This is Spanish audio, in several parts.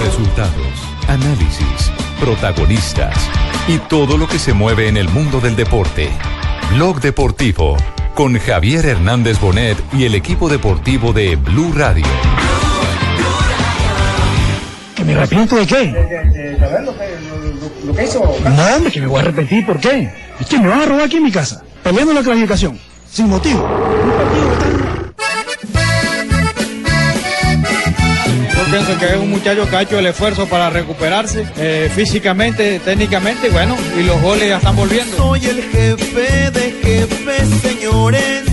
Resultados, análisis, protagonistas y todo lo que se mueve en el mundo del deporte. Blog Deportivo con Javier Hernández Bonet y el equipo deportivo de Blue Radio. ¿Que me arrepiento de qué? lo que, lo, lo que hizo. No, hombre, que me voy a arrepentir, ¿por qué? Es que me van a robar aquí en mi casa, peleando la clasificación, sin motivo. Yo pienso que es un muchacho que ha hecho el esfuerzo para recuperarse eh, físicamente, técnicamente, y bueno, y los goles ya están volviendo. Soy el jefe de jefes, señores.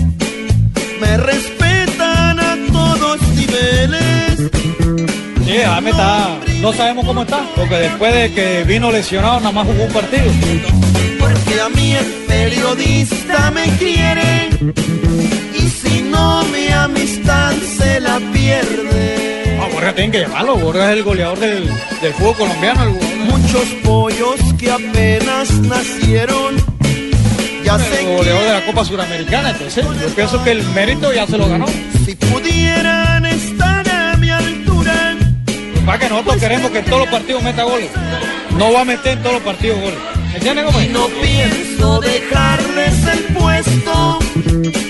Me respetan a todos niveles. Sí, Adame está, no sabemos cómo está, porque después de que vino lesionado nada más jugó un partido. Porque a mí el periodista me quiere. Y si no, mi amistad se la pierde. A Borja tienen que llamarlo, Borja es el goleador del, del fútbol colombiano. El, Muchos pollos que apenas nacieron. Ya sé el goleador de la Copa Suramericana, entonces yo pienso que el mérito ya se lo ganó. Si pudieran estar a mi altura, Para que nosotros queremos que en todos los partidos meta goles. No va a meter en todos los partidos goles. ¿Entiendes cómo es? no pienso dejarles el puesto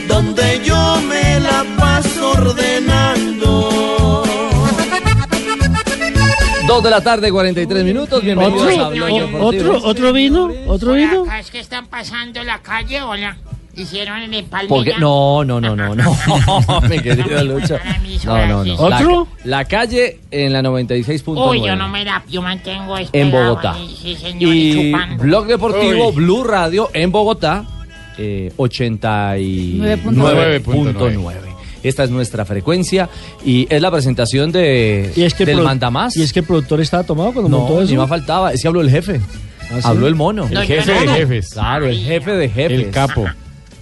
donde yo me la paso ordenando. Dos de la tarde, 43 minutos. Bienvenidos ¿Otro? a Blog ¿O- Deportivo. ¿Otro, otro vino? ¿Otro vino? Acá es que están pasando la calle, hola. Hicieron en el Palmira. Porque no, no, no, no, no, mi querido Lucho. No, no, no. ¿Otro? La, la calle en la Uy, yo 96.9 no me la, yo mantengo en esperado Bogotá. ahí, sí, señor, Y chupando. Blog Deportivo Uy. Blue Radio en Bogotá eh, 89.9. Esta es nuestra frecuencia y es la presentación de Y es que del produ- mandamás. Y es que el productor estaba tomado cuando montó no, eso. ¿Ah, ni más faltaba, es que habló el jefe. ¿sí? Habló el mono. No, yo jefe no, de no. jefes. Ah, Claro, el jefe de jefes. El capo.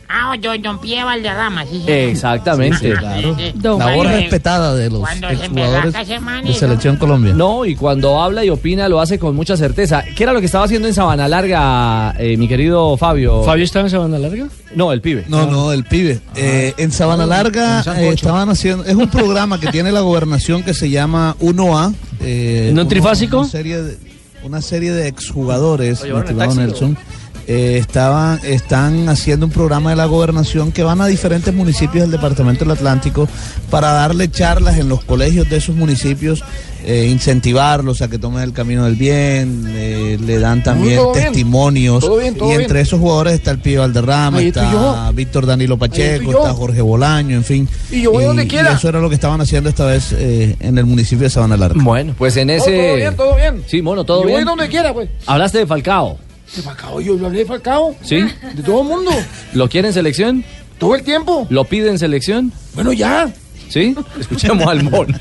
Ah, yo, don Pie Valderrama, sí, señor. Exactamente. Sí, sí. Don Cuando Eh, Juan. se- respetada de los Cuando se exjugadores embarraca ese man, de eso. Selección Colombia. No, y cuando habla y opina lo hace con mucha certeza. ¿Qué era lo que estaba haciendo en Sabana Larga, eh, mi querido Fabio? ¿Fabio estaba en Sabana Larga? No, el pibe. Ah. No, no, el pibe. Eh, en Sabana Larga eh, estaban haciendo. Es un programa que tiene la gobernación que se llama 1A. eh, ¿No uno- trifásico? Una serie de, una serie de exjugadores, Lo llevaron mi en estimado taxi, Nelson. eh, estaban, están haciendo un programa de la gobernación que van a diferentes municipios del departamento del Atlántico para darle charlas en los colegios de esos municipios, eh, incentivarlos a que tomen el camino del bien, eh, le dan también todo bien. testimonios. Todo bien, todo y entre bien. esos jugadores está el Pío Valderrama, Ahí estoy está yo. Víctor Danilo Pacheco, estoy yo. está Jorge Bolaño, en fin. Y yo voy donde quiera. y eso era lo que estaban haciendo esta vez eh, en el municipio de Sabana Larga. Bueno, pues en No, ese. todo bien, todo bien. Sí, mono, todo yo bien. voy donde quiera, pues. Hablaste de Falcao. De Falcao, yo hablé de Falcao. ¿Sí? De todo el mundo. ¿Lo quiere en selección? Todo el tiempo. ¿Lo pide en selección? Bueno, ya. ¿Sí? Escuchemos al mono.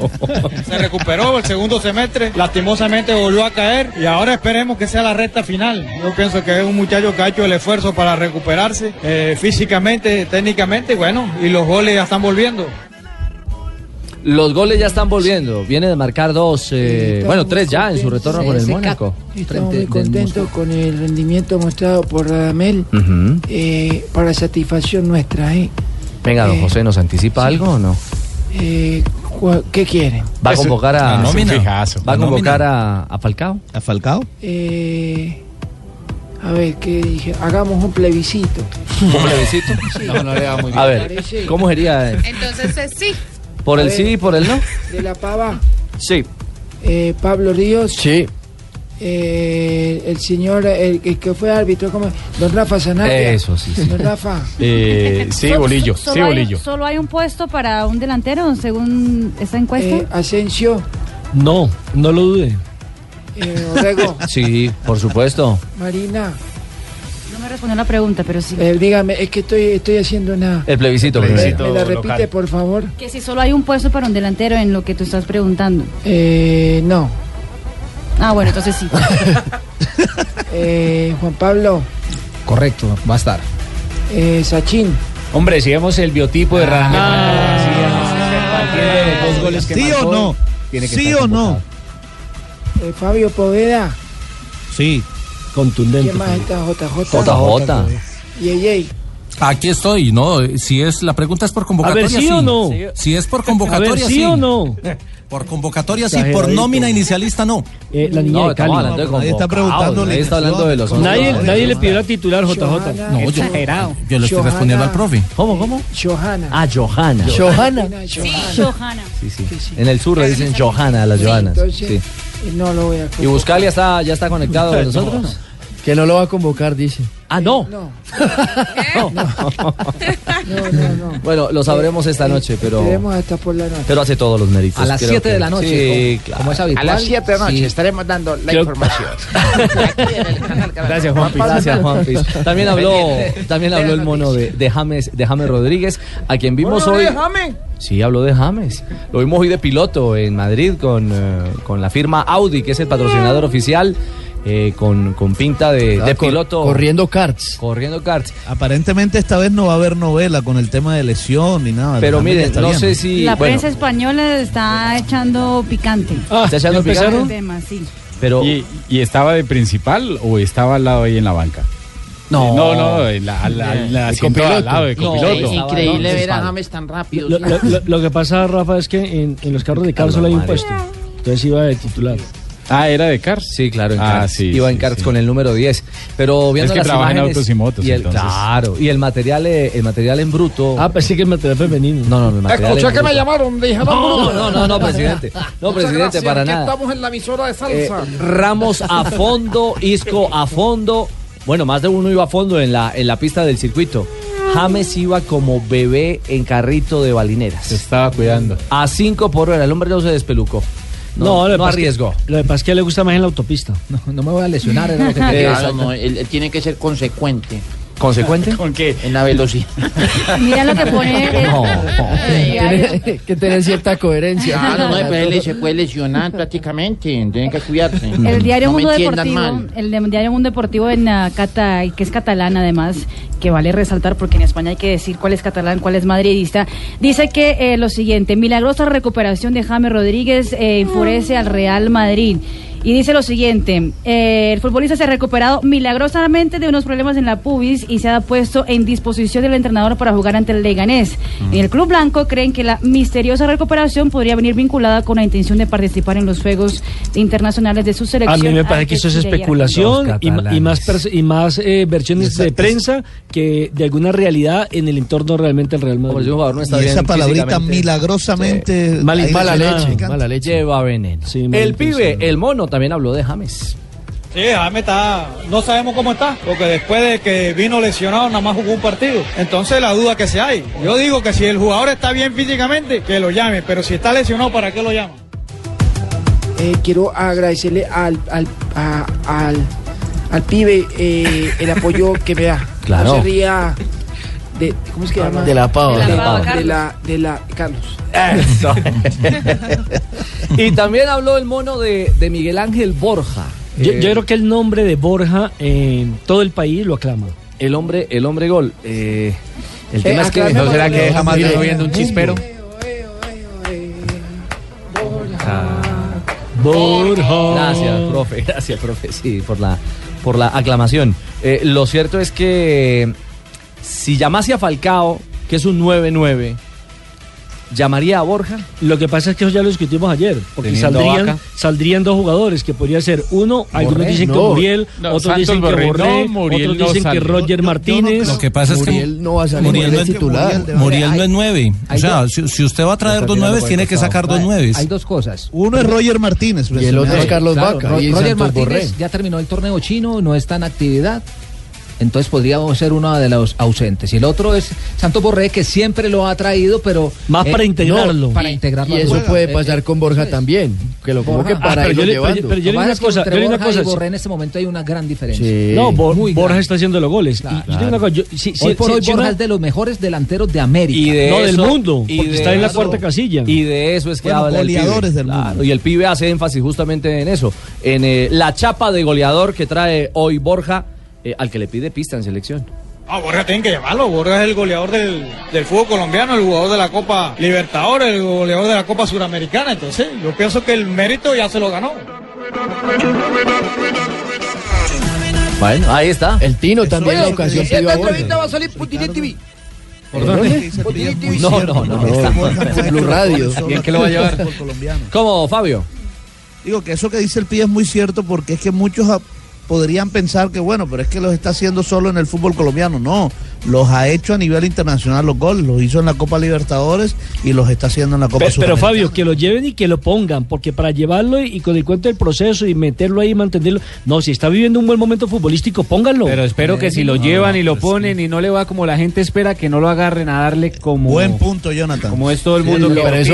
Se recuperó el segundo semestre, lastimosamente volvió a caer y ahora esperemos que sea la recta final. Yo pienso que es un muchacho que ha hecho el esfuerzo para recuperarse eh, físicamente, técnicamente, y bueno, y los goles ya están volviendo. Los goles ya están volviendo. Viene de marcar dos, eh, bueno, tres ya en su retorno con el Mónaco. Estamos muy contentos con el rendimiento mostrado por Radamel Ujú. eh, para satisfacción nuestra. ¿eh? Venga, don José, ¿nos anticipa algo o no? Eh, cua- ¿Qué quieren? ¿Va a convocar a. Es un ¿Va fijazo. a convocar a, a Falcao? ¿A Falcao? Eh, a ver, ¿qué dije? Hagamos un plebiscito. ¿Un plebiscito? No, no le va muy bien. A ver, ¿cómo sería? Entonces eh, sí. ¿Por el sí y por el no? De la pava, Sí. eh, Pablo Ríos, Sí. eh, el señor, el, el que fue árbitro, ¿cómo? don Rafa Sanabria. Eso, sí, sí. Don Rafa. Eh, sí, Sol- bolillo. solo Sí, hay- bolillo. Solo hay un puesto para un delantero según esta encuesta. eh, Asensio, No, no lo dude. eh, Orrego, Sí, por supuesto. Marina. No me respondió la pregunta, pero sí. Eh, dígame, es que estoy, estoy haciendo una... El plebiscito, El primero. plebiscito. ¿Me la local. repite, por favor? Que si solo hay un puesto para un delantero en lo que tú estás preguntando. Eh, no. Ah, bueno, entonces sí. Eh, Juan Pablo, Correcto, va a estar. eh, Sachin. Hombre, si vemos el biotipo de Radamel. Ah. ah, Dos goles que ¿Sí marcó. o no? tiene que ¿Sí estar o no? Eh, Fabio Poveda. Sí. Contundente. ¿Quién más está? JJ. JJ. Yeyey. Aquí estoy, no, si es la pregunta es por A ver, ¿sí o no? Si es por A ver, ¿sí o no? Por convocatoria sí, por Exageradito. nómina inicialista no. Eh, la niña No, de Cali. estamos hablando de Nadie está convocados, preguntando nadie está hablando de los once Nadie, jugadores. nadie le pidió a titular JJ. No, yo, yo le estoy Johanna. respondiendo al profe. ¿Cómo, cómo? Johanna. Ah, Johanna. Sí, Johanna. Sí, sí. En el sur le dicen Johanna a Ah, las Johannas. Entonces, eh, no lo voy a ¿Y Buscalia está, ya está conectado con No. nosotros? Que no lo va a convocar, dice. Ah, no. No. Bueno, lo sabremos esta noche, pero, Queremos hasta por la noche. pero hace todos los méritos. A las creo 7 que- de la noche, Sí, como- claro. como es habitual. A las 7 de la noche Sí. estaremos dando la Creo- información. Gracias, Juanpis. Gracias, Juanpis. También habló, también habló el mono de, de James, de James Rodríguez, a quien vimos hoy. Sí, habló de James. Lo vimos hoy de piloto en Madrid con, eh, con la firma Audi, que es el patrocinador oficial, eh, con, con pinta de, de cor- piloto. corriendo karts. Corriendo karts. Aparentemente esta vez no va a haber novela con el tema de lesión ni nada. Pero La familia miren, está no bien. sé si. bueno, la Ah, prensa española está echando picante. ¿está echando Sobre picante? el tema, sí. Pero... ¿Y, y estaba de principal o estaba al lado ahí en la banca? Eh, No. No, no, en la, al- al- De asiento copiloto. al lado de No, copiloto. Increíble Increíble ver ver a a James tan rápido. Lo, lo- lo- lo que pasa, Rafa, es que en, en los carros de cápsula hay un puesto. Entonces iba de titular. Ah, ¿era de Cars? Sí, claro, en Ah, Cars. sí, Iba en sí, Cars sí. con el número 10. Pero Es viendo que las trabaja en imágenes autos y motos, el, entonces. Claro, y el material, eh, el material en bruto... Ah, pensé que el material femenino. No, no, no, el material Escuché en que me bruto. llamaron, me dijeron. No, "Bruno". no, no, no, presidente. No, Muchas presidente, gracias, para aquí nada. Estamos en la emisora de salsa. Eh, Ramos a fondo, Isco a fondo. Bueno, más de uno iba a fondo en la, en la pista del circuito. James iba como bebé en carrito de balineras. Se estaba cuidando. A cinco por hora. El hombre no se despelucó. No, lo no, que pasa es que- arriesgó. Lo que pasa es que a él le gusta más en la autopista. No, me voy a lesionar. era lo que quería. Claro, no, él, él tiene que ser consecuente. ¿Consecuente? ¿Con qué? En la velocidad. Mira lo que pone. el- Tiene que tener cierta coherencia. Claro, no, pues él se puede lesionar prácticamente. Tienen que cuidarse. Mm. El diario no me Mundo entiendan Deportivo, mal. el de- diario Mundo Deportivo en ah, Cata, que es catalán además, que vale resaltar porque en España hay que decir cuál es catalán, cuál es madridista, dice que eh, lo siguiente, milagrosa recuperación de James Rodríguez eh, enfurece al Real Madrid. Y dice lo siguiente, eh, el futbolista se ha recuperado milagrosamente de unos problemas en la pubis y se ha puesto en disposición del entrenador para jugar ante el Leganés. En el Club Blanco creen que la misteriosa recuperación podría venir vinculada con la intención de participar en los Juegos Internacionales de su A selección. mí me parece que antes eso es de ayer. especulación y, ma- y más, pers- y más eh, versiones de prensa que de alguna realidad en el entorno realmente del Real Madrid. Y esa palabrita milagrosamente ahí lesionada. Mala leche. Lleva veneno. el malintencionado. pibe, el mono, también habló de James. Sí, James está, no sabemos cómo está, porque después de que vino lesionado nada más jugó un partido. Entonces la duda que se hay. Yo digo que si el jugador está bien físicamente, que lo llame, pero si está lesionado, ¿para qué lo llama? Eh, quiero agradecerle al, al, a- al, al pibe eh, el apoyo que me da. Claro. No se ría de, ¿cómo es que llama? De la pava. De la, De la pava, Ah, de la, de la- Carlos. Ah. Eso. y también habló el mono de, de Miguel Ángel Borja. Yo, Eh, yo creo que el nombre de Borja en todo el país lo aclama. El hombre, el hombre gol. Eh, el Eh, tema es que. aclárame, ¿No será que jamás Mire, vino viendo un chispero? Borja. Ah. Gracias, profe. Gracias, profe. Sí, por la, por la aclamación. Eh, lo cierto es que si llamase a Falcao, que es un 9-9, ¿llamaría a Borja? Lo que pasa es que eso ya lo discutimos ayer, porque Teniendo saldrían, vaca. saldrían dos jugadores, que podría ser uno, algunos dicen que no. Muriel, No, otros Santos dicen que Borré, Borré, no, Muriel otros no dicen que sale. Roger Martínez. Lo que pasa es que Muriel no va a salir, Muriel Muriel no es es titular. Muriel no es nueve. O hay sea, dos- si, si usted va a traer dos nueves, tiene que sacar dos nueves. Hay dos cosas. Uno es Roger Martínez. Y el otro es Carlos Claro, Vaca. Ro- y Roger Roger Martínez Martínez ya terminó el torneo chino, no está en actividad. Entonces podríamos ser uno de los ausentes. Y el otro es Santos Borré, que siempre lo ha traído, pero. eh, Más para integrarlo. no, para Y- integrarlo. y al eso juego. puede Eh, pasar eh, eso es. que lo Borja. Ah, pero yo le- pero- pero yo le Lo digo que pasa una es que cosa, yo le entre digo una Borja y cosa. Borré en este momento hay una gran diferencia. No, Bor- Muy gran. Borja está haciendo los goles. Y yo tengo una cosa, yo- si- si- hoy por si- hoy si Borja uno- es de los mejores delanteros de América. Y de No, del eso- mundo, y porque de está en la eso- cuarta casilla. Y de eso es que Bueno, habla el goleadores pibe. del mundo. Claro, y el pibe hace énfasis justamente en eso, en eh, la chapa de goleador que trae hoy Borja, eh, al que le pide pista en selección. Ah, Borja tienen que llamarlo. Borja es el goleador del, del fútbol colombiano, el jugador de la Copa Libertadores, el goleador de la Copa Suramericana. Entonces, yo pienso que el mérito ya se lo ganó. Bueno, ahí está. El Tino también la ocasión Esta entrevista va a salir por DirecTV. ¿Por dónde? No, no, no. está- Blue Radio. Solo ¿Y en qué lo va a llevar? fútbol colombiano. ¿Cómo, Fabio? Digo que eso que dice el pie es muy cierto porque es que muchos ah, podrían pensar que bueno, pero es que los está haciendo solo en el fútbol colombiano. No, los ha hecho a nivel internacional los goles, los hizo en la Copa Libertadores y los está haciendo en la Copa Pe- Pero Sudamericana. Fabio, que lo lleven y que lo pongan, porque para llevarlo y, y con el cuento del proceso y meterlo ahí y mantenerlo. No, si está viviendo un buen momento futbolístico, pónganlo. Pero espero que si lo llevan y lo ponen y no le va como la gente espera, que no lo agarren a darle como. Buen punto, Jonathan. Como es todo el mundo. que lo pide, lo pide, y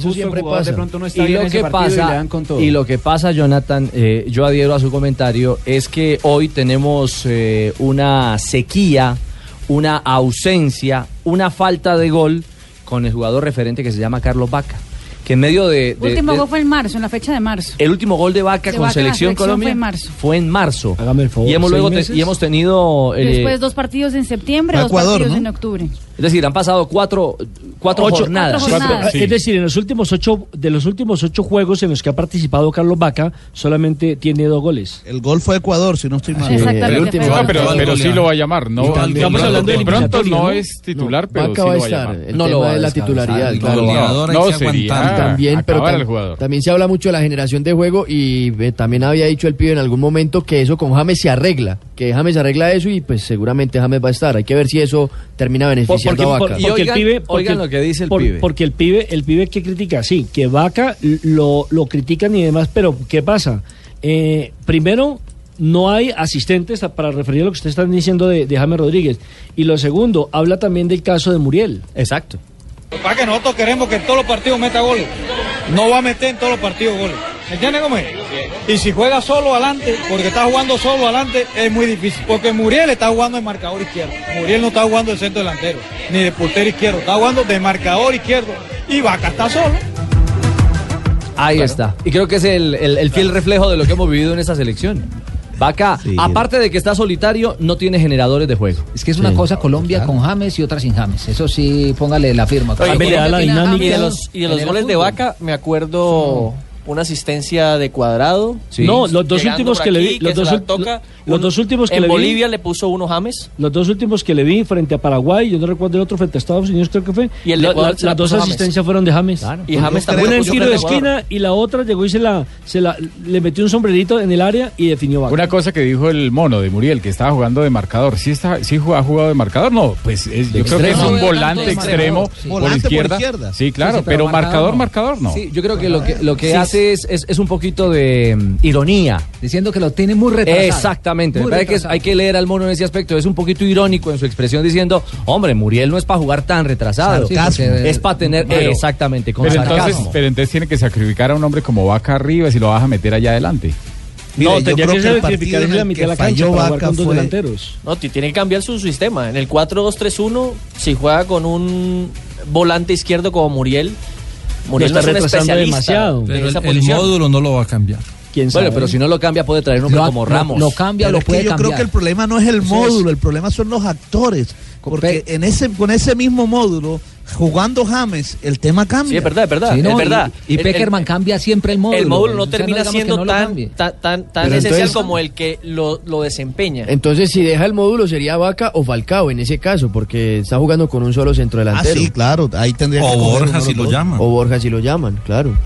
justo el jugador pasa. De pronto no está y bien lo en ese que partido y le pasa, dan con todo. y lo que pasa, Jonathan, eh, yo adhiero a su comentario, es que hoy tenemos eh, una sequía, una ausencia, una falta de gol con el jugador referente que se llama Carlos Vaca, que en medio de, de- Último de- gol fue en marzo, en la fecha de marzo. el último gol de Vaca De con Vaca en la selección, selección Colombia fue en marzo. fue en marzo. favor, y ¿seis hemos luego te- meses? y hemos tenido eh, Después dos partidos en septiembre, a dos Ecuador, partidos ¿no? en octubre. es decir, han pasado cuatro cuatro Ocho- jornadas. Cuatro- Es decir, en los últimos ocho, de los últimos ocho juegos en los que ha participado Carlos Vaca, solamente tiene dos goles. El gol fue Ecuador, si no estoy mal. Exactamente, el último. No, pero, pero sí lo va a llamar. No, Y también- estamos Estamos hablando hablando de de pronto no eliminatorias, es titular, pero Vaca sí va a lo va a estar. llamar. El tema de la titularidad. claro. No, no sería. Y también, pero acabar tam- al jugador. también se habla mucho de la generación de juego y eh, también había dicho el pibe en algún momento que eso con James se arregla, que James arregla eso y pues seguramente James va a estar. Hay que ver si eso termina Por- beneficiando porque, a por- Vaca. porque el pibe, porque el- por- Porque el pibe, el pibe que critica, sí, que Vaca lo, lo critican y demás, pero ¿qué pasa? Eh, primero, no hay asistentes a- para referir a lo que ustedes están diciendo de, de James Rodríguez. Y lo segundo, habla también del caso de Muriel. Exacto. Para que nosotros queremos que en todos los partidos meta goles. No va a meter en todos los partidos goles. ¿Entiendes cómo es? Y si juega solo adelante, porque está jugando solo adelante, es muy difícil. Porque Muriel está jugando de marcador izquierdo. Muriel no está jugando de centro delantero, ni de portero izquierdo. Está jugando de marcador izquierdo. Y Vaca está solo. eh, Ahí está. Y creo que es el, el- el fiel reflejo de lo que hemos vivido en esta selección. Vaca, aparte de que está solitario, no tiene generadores de juego. Es que es una cosa Colombia con James y otra sin James. Eso sí, póngale la firma. Oye, Colombia Colombia tiene a tiene- James, Y de los, y de los genera goles de fútbol. vaca, me acuerdo una asistencia de cuadrado. Sí. No, los dos Llegando últimos por que le aquí, vi- los se dos la ul- toca. los dos últimos que en le vi- Bolivia le puso uno James. Los dos últimos que le vi frente a Paraguay, yo no recuerdo el otro frente a Estados Unidos, creo que fue. Y el de La- Ecuador la- se la las dos puso James. asistencias fueron de James. Y James también Una la en puso tiro de frente a Ecuador. esquina y la otra llegó y se la, se la le metió un sombrerito en el área y definió Vaca. Una cosa que dijo el mono de Muriel, que estaba jugando de marcador. ¿Sí, está, sí ju- ha jugado de marcador? No, pues es- yo creo que es extremo. un No, volante de extremo marcador, sí. por, Volante por izquierda. izquierda. Sí, claro, Sí, sí, pero, marcador, marcador, no. Sí, yo creo que lo que, lo que Sí. hace es, es, es un poquito de mm, ironía. Diciendo que lo tiene muy retrasado. Exactamente. Muy me parece que es- retrasado. hay que leer al mono en ese aspecto. Es un poquito irónico en su expresión diciendo, hombre, Muriel no es para jugar tan retrasado. Sarcasmo. es para tener... Pero- exactamente, con Pero entonces, sarcasmo. pero entonces tiene que sacrificar a un hombre como Vaca arriba si lo vas a meter allá adelante. No, yo tendría creo que que el partido sacrificar en en la el mitad que de la cancha falló para jugar Vaca con dos fue- Pues, delanteros. No, ti- tiene que cambiar su sistema. En el 4-2-3-1, si juega con un volante izquierdo como Muriel, Muriel Lo está no es un retrasando especialista demasiado. en Pero esa el- el posición. módulo no lo va a cambiar. bueno, pero si no lo cambia puede traer un hombre Lo- como lo- Ramos. lo cambia, Pero lo es que puede yo creo cambiar. que el problema no es el módulo, el problema son los actores. Porque en ese, con ese mismo módulo, jugando James, el tema cambia. Sí, es verdad, es verdad. Sí, no, es y- verdad. Y, El- el- Peckerman cambia siempre el módulo. El módulo no O sea, termina digamos que siendo no lo tan, cambie. tan, tan, tan Pero esencial entonces- como el que lo, lo desempeña. Entonces, si deja el módulo, sería Vaca o Falcao en ese caso, porque está jugando con un solo centro Ah, delantero. sí, claro, ahí tendría O que coger Borja uno de si los lo dos. llaman. O Borja si lo llaman, claro.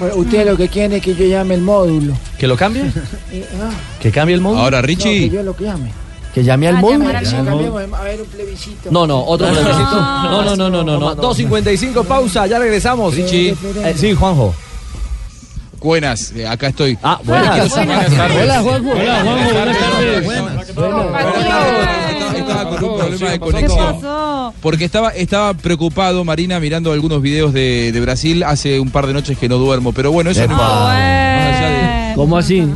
Bueno, ustedes lo que quieren es que yo llame el módulo. ¿Que lo cambie? Eh, ah, ¿Que cambie el módulo? Ahora, no, que yo lo que llame. Que llame al Ah, módulo. llamar al módulo. Cambiemos, A ver, un plebiscito. No, no, otro No. plebiscito. Ah, No, no, no, no, no, no. 2.55, pausa, ya regresamos. Richie. Eh, sí, Juanjo. Buenas, eh, acá estoy. Ah, buenas. Hola, Juanjo. Hola, Juanjo, buenas tardes. problema de ¿Qué conexión. Porque estaba, estaba preocupado, Marina, mirando algunos videos de, de Brasil hace un par de noches que no duermo. Pero bueno, eso no- Ah, ¿Cómo así?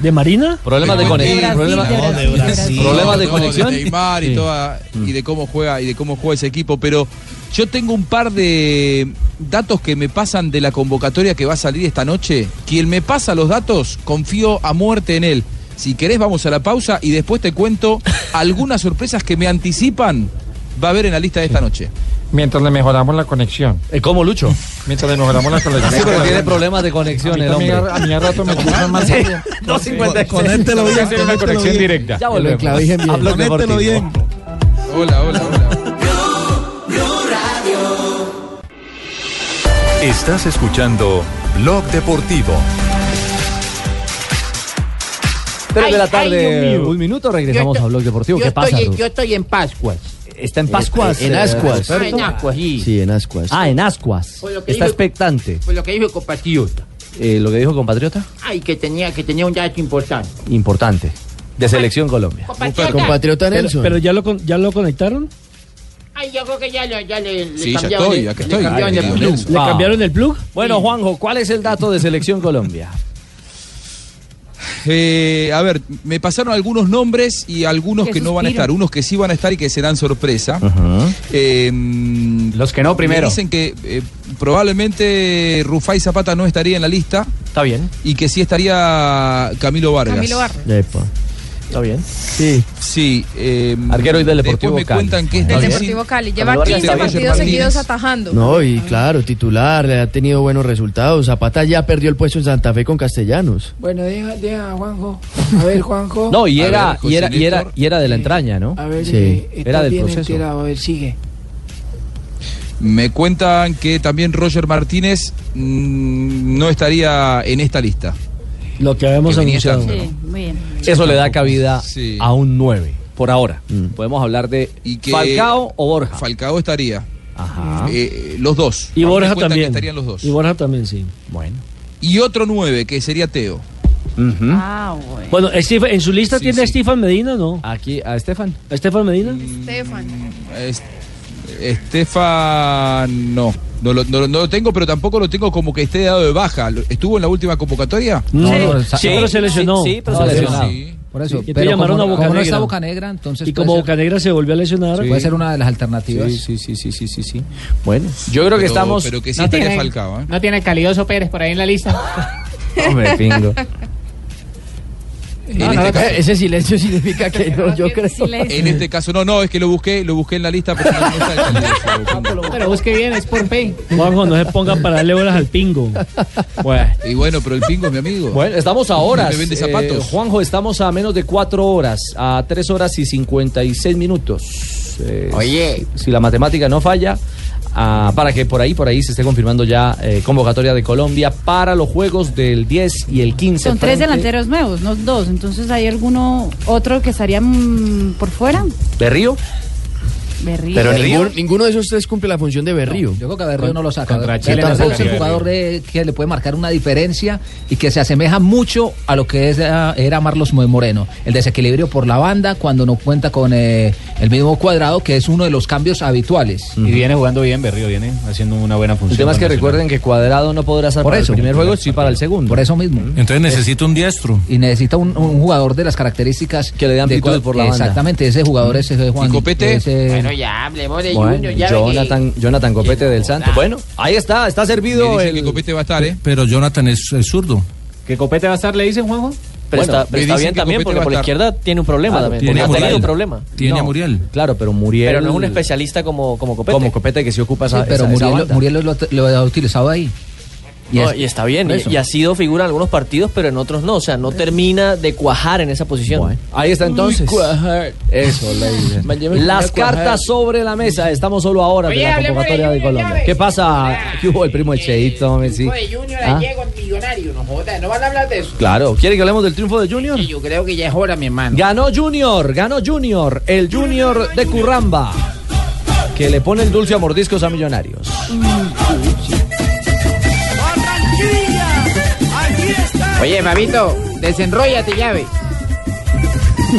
¿De Marina? Problemas de conexión. Problemas No, Oh, de Brasil. problemas de No, conexión. De Neymar y, Sí. toda- y de cómo juega y de cómo juega ese equipo. Pero yo tengo un par de datos que me pasan de la convocatoria que va a salir esta noche. Quien me pasa los datos, confío a muerte en él. Si querés, vamos a la pausa y después te cuento algunas sorpresas que me anticipan va a haber en la lista de esta noche. Mientras le mejoramos la conexión. Eh, ¿Cómo, Lucho? Mientras le mejoramos la Sí, pero tiene conexión. problemas de conexión el A mí hombre. a- a mí a rato me cruzan más. Sí, este Conéctelo bien, Tiene una conéctelo conexión bien. directa. Ya Lo volvemos. enclavijen bien. Hablo de Conéctelo bien. Deportivo. Hola, hola, hola. Estás escuchando Blog Deportivo. 3 de la Ay, tarde, ay, Dios mío. un minuto, regresamos a Blog Deportivo. Yo ¿Qué pasa? estoy, Ruth? yo estoy en Pascuas. Está en Pascuas. En eh, Ascuas. Ah, Alberto. en Ascuas, sí. Sí, en Ascuas. Ah, en Ascuas. Pues lo que Está dijo- expectante. Pues lo que dijo el compatriota. Eh, lo que dijo compatriota, Ay, que tenía, que tenía un dato importante. importante. De Selección Colombia. Compatriota. Pero- Nelson. Pero, ya, lo, con- ya lo conectaron. Ay, yo creo que ya, lo, ya le, le Sí, ya cambiaron estoy, el- acá le estoy. cambiaron Ay, el Dios plus. mío. ¿Le cambiaron el plug? Bueno, Juanjo, ¿cuál es el dato de Selección Colombia? Eh, a ver, me pasaron algunos nombres y algunos que no van a estar, unos que sí van a estar y que serán sorpresa. Los que no primero. Dicen que eh, probablemente Rufai Zapata no estaría en la lista. Está bien. Y que sí estaría Camilo Vargas. Camilo Vargas. Está bien. Sí. Sí. eh, Arquero hoy del Deportivo Después me Cali. cuentan que Del está Deportivo Cali. Lleva Álvaro 15 García partidos Martínez. seguidos atajando. No, y claro, titular, le ha tenido buenos resultados. Zapata ya perdió el puesto en Santa Fe con Castellanos. Bueno, deja, deja a Juanjo. A ver, Juanjo. No, y A era, ver, José y era, y era, Néstor. y era de la entraña, ¿no? A ver, Sí. eh, Era estás del bien proceso. enterado. A ver, sigue. Me cuentan que también Roger Martínez mm, no estaría en esta lista. Lo que habíamos venía anunciado. estando, Sí, muy bien. Eso le da cabida Sí. a un 9, por ahora. Podemos hablar de que- Mm. Falcao o Borja. Falcao estaría. Ajá. Eh, los dos. Y Me Borja cuentan que también. estarían los dos. Y Borja también, sí. Bueno. Y otro nueve, que sería Teo. Ah, bueno. Bueno, Estef- ¿en su lista tiene a Estefan Medina, no? Aquí, a Estefan. ¿A Estefan Medina? Estefan. Es- Estefan, no. No lo, no lo- no lo tengo, pero tampoco lo tengo como que esté dado de baja. Lo- ¿Estuvo en la última convocatoria? No, Sí. no, sa- Sí, pero se lesionó. Ah, sí, pero se lesionó. Por eso, Y te pero llamaron como, a no- Boca como no Negra. está Boca Negra, entonces Y puede como ser- Bocanegra se volvió a lesionar. puede ser una de las alternativas. Sí, sí, sí, sí, sí, sí. Bueno, yo creo que estamos. ¿eh? No tiene el calidoso Pérez por ahí en la lista. Hombre, pingo. En este caso- ese silencio significa que no, yo creo. En este caso, no, no, es que lo busqué, lo busqué en la lista, pero no está en la lista. Pero busque bien, es por fe. Juanjo, no se ponga para darle horas al pingo. Y bueno, pero el pingo es mi amigo. Bueno, estamos a horas. Me vende eh, zapatos. Juanjo, estamos a menos de cuatro horas, a tres horas y 56 minutos. Eh, Oye. Si la matemática no falla, ah, para que por ahí, por ahí se esté confirmando ya eh, convocatoria de Colombia para los juegos del 10 y el 15. Son tres frente- delanteros nuevos, no dos. Entonces, ¿hay alguno otro que estaría mm, por fuera? ¿De Río? Berrío. Pero Berrío. ningún- ninguno de esos tres cumple la función de Berrío. Yo creo que a Berrío no lo saca. Contra Contra Chile no tampoco es saca el Berrío. jugador de- que le puede marcar una diferencia y que se asemeja mucho a lo que es, ah, era Marlos Moreno. El desequilibrio por la banda cuando no cuenta con eh, el mismo cuadrado, que es uno de los cambios habituales. Y viene jugando bien, Berrío, viene haciendo una buena función. El tema es que con Nacional. recuerden que Cuadrado no podrá estar Por para eso. el primer juego, sí para el segundo. Mm. Eh, Por eso mismo. Entonces necesita un diestro. Y necesita un, un jugador de las características que le dé amplitud por la banda. Exactamente, ese jugador es eh, Juan. ese- Bueno, ya hablemos de Bueno, Junior. Ya ve que- Jonathan, Jonathan Copete del Santo. Bueno, ahí está, está servido el. Copete va a estar, ¿eh? Pero Jonathan es, es zurdo. ¿Qué Copete va a estar, le dicen, Juanjo? Pero está- pero está bien también, porque por la izquierda tiene un problema Claro, también. tiene porque a ha tenido Muriel. un problema. Tiene a Muriel. Claro, pero Muriel. Pero no es un especialista como, como Copete. Como Copete que se ocupa Sí, esa, pero esa- esa Muriel, banda. Muriel lo, lo ha utilizado ahí. No, Y, es- está bien, por y, eso. y ha sido figura en algunos partidos, pero en otros no. O sea, no termina de cuajar en esa posición. Ahí está entonces. Eso, le dicen. Las cartas sobre la mesa. Estamos solo ahora de Oye, la hablemos de convocatoria de Junior, Colombia. llaves. ¿Qué pasa? ¿Qué hubo el primo de Cheito? hombre, sí? de Junior Ah, ayer con Millonario, no jodas, no van a hablar de eso. Claro. ¿Quiere que hablemos del triunfo de Junior? Yo creo que ya es hora, mi hermano. Ganó Junior, ganó Junior, el Junior de Curramba, que le pone el dulce a mordiscos a Millonarios. Oye, Fabito, desenrollate llave.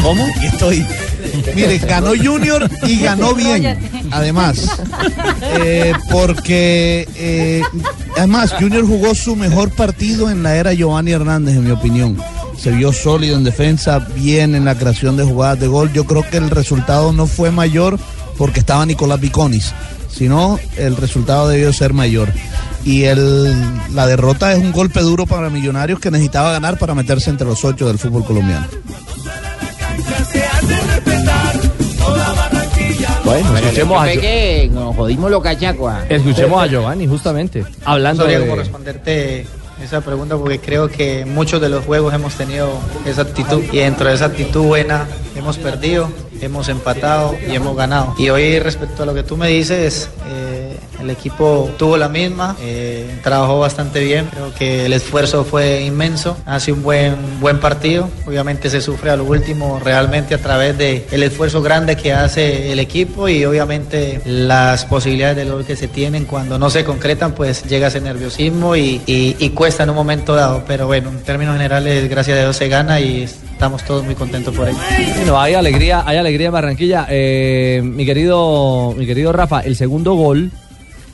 ¿Cómo? Estoy. Mire, ganó Junior y ganó bien. Además, Eh, porque eh, además Junior jugó su mejor partido en la era Giovanni Hernández, en mi opinión. Se vio sólido en defensa, bien en la creación de jugadas de gol. Yo creo que el resultado no fue mayor porque estaba Nicolás Viconis, sino el resultado debió ser mayor. Y el- la derrota es un golpe duro para Millonarios que necesitaba ganar para meterse entre los ocho del fútbol colombiano. Bueno, escuchemos a, Fue que nos jodimos los cachacos. ah. escuchemos a Giovanni, justamente, No hablando sabría cómo de... responderte esa pregunta porque creo que en muchos de los juegos hemos tenido esa actitud y dentro de esa actitud buena hemos perdido, hemos empatado y hemos ganado. Y hoy respecto a lo que tú me dices, eh, El equipo tuvo la misma, eh, trabajó bastante bien, creo que el esfuerzo fue inmenso, hace un buen, buen partido, obviamente se sufre a lo último realmente a través del el esfuerzo grande que hace el equipo y obviamente las posibilidades de gol que se tienen cuando no se concretan pues llega ese nerviosismo y, y- y cuesta en un momento dado, pero bueno, en términos generales gracias a Dios se gana y estamos todos muy contentos por ello. Bueno, hay alegría, hay alegría en Barranquilla. Eh, mi querido, mi querido Rafa, el segundo gol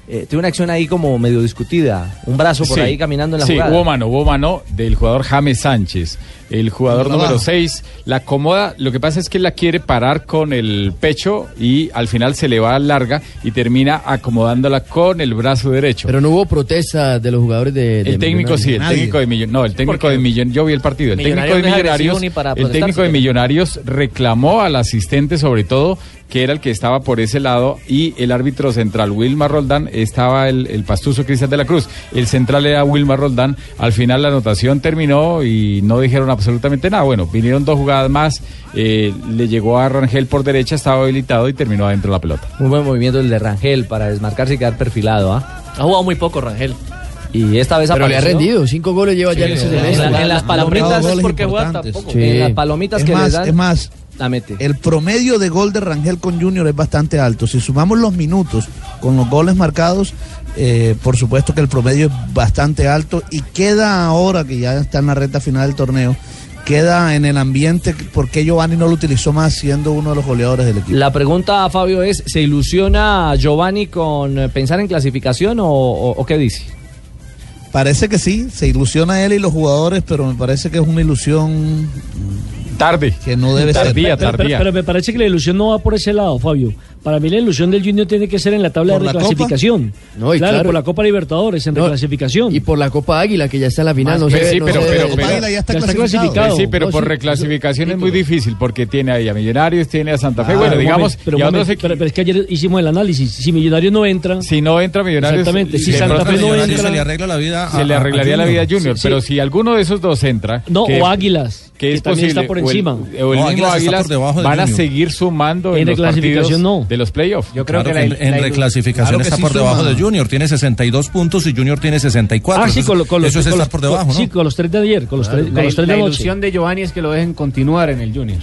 eh, tuvo una acción ahí como medio discutida, un brazo por Sí. ahí caminando en la sí, jugada. hubo mano, hubo mano del jugador James Sánchez. El jugador Mano número abajo. 6 la acomoda, lo que pasa es que la quiere parar con el pecho y al final se le va larga y termina acomodándola con el brazo derecho. Pero no hubo protesta de los jugadores de. Eh, de El técnico sí, el Millonarios. técnico de Millonarios. No, el técnico de Millonarios. Yo vi el partido. El técnico de Millonarios no es agresivo Millonarios. ni para El técnico de protestar, Millonarios reclamó al asistente, sobre todo, que era el que estaba por ese lado, y el árbitro central, Wilmar Roldán, estaba el, el pastuso Cristian de la Cruz. El central era Wilmar Roldán. Al final la anotación terminó y no dijeron absolutamente nada. Bueno, vinieron dos jugadas más. eh, le llegó a Rangel por derecha, estaba habilitado y terminó adentro la pelota. Un buen movimiento el de Rangel para desmarcarse y quedar perfilado. Ha jugado muy poco Rangel. Y esta vez Pero le ha apareció. rendido, cinco goles lleva ya en ese en la- semestre. en las palomitas es porque juega tampoco. Sí. En las palomitas Es que más, le dan. es más, la mete. El promedio de gol de Rangel con Junior es bastante alto. Si sumamos los minutos con los goles marcados, eh, por supuesto que el promedio es bastante alto y queda ahora que ya está en la recta final del torneo. Queda en el ambiente porque Giovanni no lo utilizó más siendo uno de los goleadores del equipo. La pregunta, Fabio, es: ¿se ilusiona Giovanni con eh, pensar en clasificación o, o- o qué dice? Parece que sí, se ilusiona él y los jugadores, pero me parece que es una ilusión tarde que no debe Pero- ser. pero- Pero, me parece que la ilusión no va por ese lado, Fabio. Para mí la ilusión del Junior tiene que ser en la tabla ¿Por de la reclasificación. Copa? No, y claro, claro. por la Copa Libertadores en reclasificación. Y por la Copa Águila, que ya está en la final. Más No que- sé, sí, no pero- sé- pero- Copa pero- Águila ya está Pues Ya está clasificado. clasificado. Pues Sí, pero No, por sí, reclasificación es muy difícil porque tiene ahí a Millonarios, tiene a Santa Fe. Ah, bueno, un digamos, momento, pero, y a un otros momento, pero- pero es que ayer hicimos el análisis. Si Millonarios no entra. Si no entra Millonarios. Exactamente. Si de Santa pronto Fe no Millonarios entra. se le arregla la vida. se le arreglaría la vida a Junior, Sí, pero sí. si alguno de esos dos entra, No, que- o Águilas. que es también posible, está por o el- encima. o el mismo Águilas van a seguir sumando en, En los partidos reclasificación, no. de los playoffs. Yo Claro que en, en reclasificación Claro que está sí por suma. debajo de Junior, tiene 62 puntos y Junior tiene 64. Ah, sí, Eso- con, lo- con los, eso es con estar los- por debajo, con- ¿no? Sí, con los tres de ayer, con los tres, con La- los tres de la anoche. ilusión de Giovanni es que lo dejen continuar en el Junior.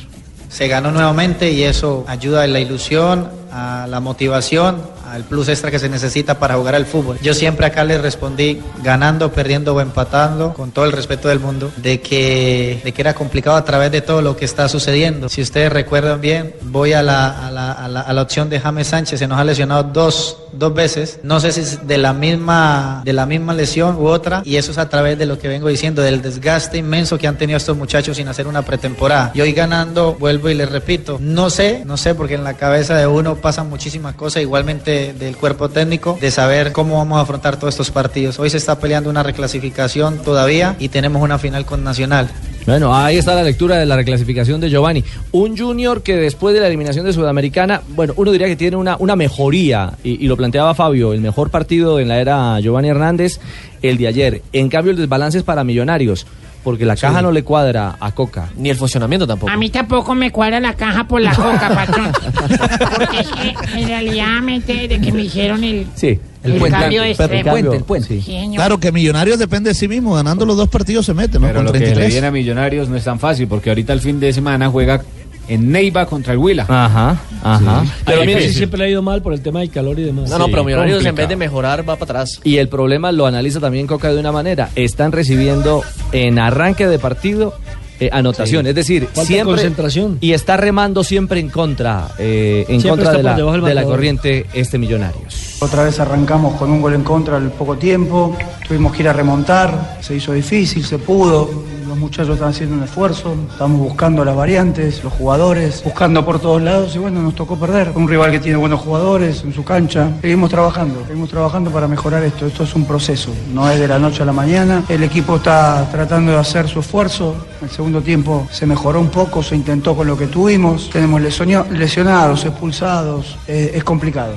Se ganó nuevamente y eso ayuda a la ilusión, a la motivación, al plus extra que se necesita para jugar al fútbol. Yo siempre acá les respondí, ganando, perdiendo o empatando, con todo el respeto del mundo, de que, de que era complicado a través de todo lo que está sucediendo. Si ustedes recuerdan bien, voy a la, a la, a la- a la opción de James Sánchez, se nos ha lesionado dos, dos veces. No sé si es de la misma, de la misma lesión u otra, y eso es a través de lo que vengo diciendo, del desgaste inmenso que han tenido estos muchachos sin hacer una pretemporada. Y hoy ganando, vuelvo y les repito, no sé, no sé, porque en la cabeza de uno pasan muchísimas cosas, igualmente del cuerpo técnico, de saber cómo vamos a afrontar todos estos partidos. Hoy se está peleando una reclasificación todavía y tenemos una final con Nacional. Bueno, ahí está la lectura de la reclasificación de Giovanni. Un Junior que después de la eliminación de Sudamericana, bueno, uno diría que tiene una, una mejoría, y, y lo planteaba Fabio, el mejor partido en la era Giovanni Hernández, el de ayer. En cambio, el desbalance es para Millonarios, porque la caja no le cuadra a Coca. Ni el funcionamiento tampoco. A mí tampoco me cuadra la caja por la coca, patrón. Porque es que en realidad me enteré de que me hicieron el. Sí, el El puente. cambio Pero- extremo. El puente, el puente. Sí, señor. Claro que Millonarios depende de sí mismo, ganando los dos partidos se mete, ¿no? Pero Con lo que le 33. viene a Millonarios no es tan fácil, porque ahorita el fin de semana juega en Neiva contra el Huila. Ajá, ajá. Ah, Pero a mí Difícil. siempre le ha ido mal por el tema del calor y demás. No, no, pero Millonarios en vez de mejorar va para atrás. Y el problema lo analiza también Coca de una manera. Están recibiendo en arranque de partido eh, anotación, Sí. es decir, Falta siempre concentración. y está remando siempre en contra, eh, en Siempre contra está de por la, debajo del de la marcador. corriente este Millonarios. Otra vez arrancamos con un gol en contra al poco tiempo, tuvimos que ir a remontar, se hizo difícil, se pudo, los muchachos están haciendo un esfuerzo, estamos buscando las variantes, los jugadores, buscando por todos lados y bueno, nos tocó perder. Un rival que tiene buenos jugadores en su cancha, seguimos trabajando, seguimos trabajando para mejorar esto, esto es un proceso, no es de la noche a la mañana, el equipo está tratando de hacer su esfuerzo, el segundo tiempo se mejoró un poco, se intentó con lo que tuvimos, tenemos lesionio- lesionados, expulsados, eh, es complicado.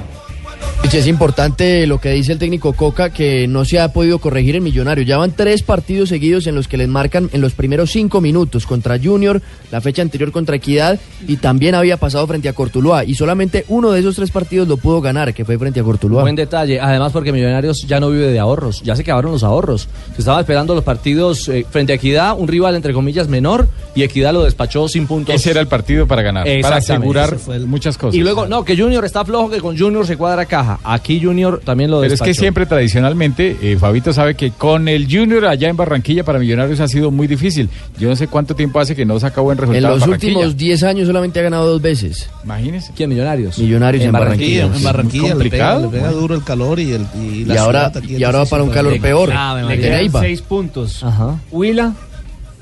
Y es importante lo que dice el técnico Coca, que no se ha podido corregir el millonario. Ya van tres partidos seguidos en los que les marcan en los primeros cinco minutos contra Junior, la fecha anterior contra Equidad y también había pasado frente a Cortuluá. Y solamente uno de esos tres partidos lo pudo ganar, que fue frente a Cortuluá. Buen detalle. Además, porque Millonarios ya no vive de ahorros. Ya se acabaron los ahorros. Se estaba esperando los partidos eh, frente a Equidad, un rival entre comillas menor, y Equidad lo despachó sin puntos. Ese era el partido para ganar, para Exactamente. asegurar Ese fue muchas cosas. Y luego, no, que Junior está flojo, que con Junior se cuadra caja. Aquí Junior también lo Pero es que despachó. siempre tradicionalmente, eh, Fabito sabe que con el Junior allá en Barranquilla para Millonarios ha sido muy difícil. Yo no sé cuánto tiempo hace que no saca buen En resultado. los Barranquilla. últimos 10 años solamente ha ganado dos veces. Imagínese. ¿Quién? Millonarios. Millonarios en, Barranquilla. En Barranquilla le pega, le pega duro el calor y, el, y, la ahora- ciudad aquí, y ahora va para un entonces, calor sí, peor. Ah, Ave Le María. quedan Neiva. seis puntos. Huila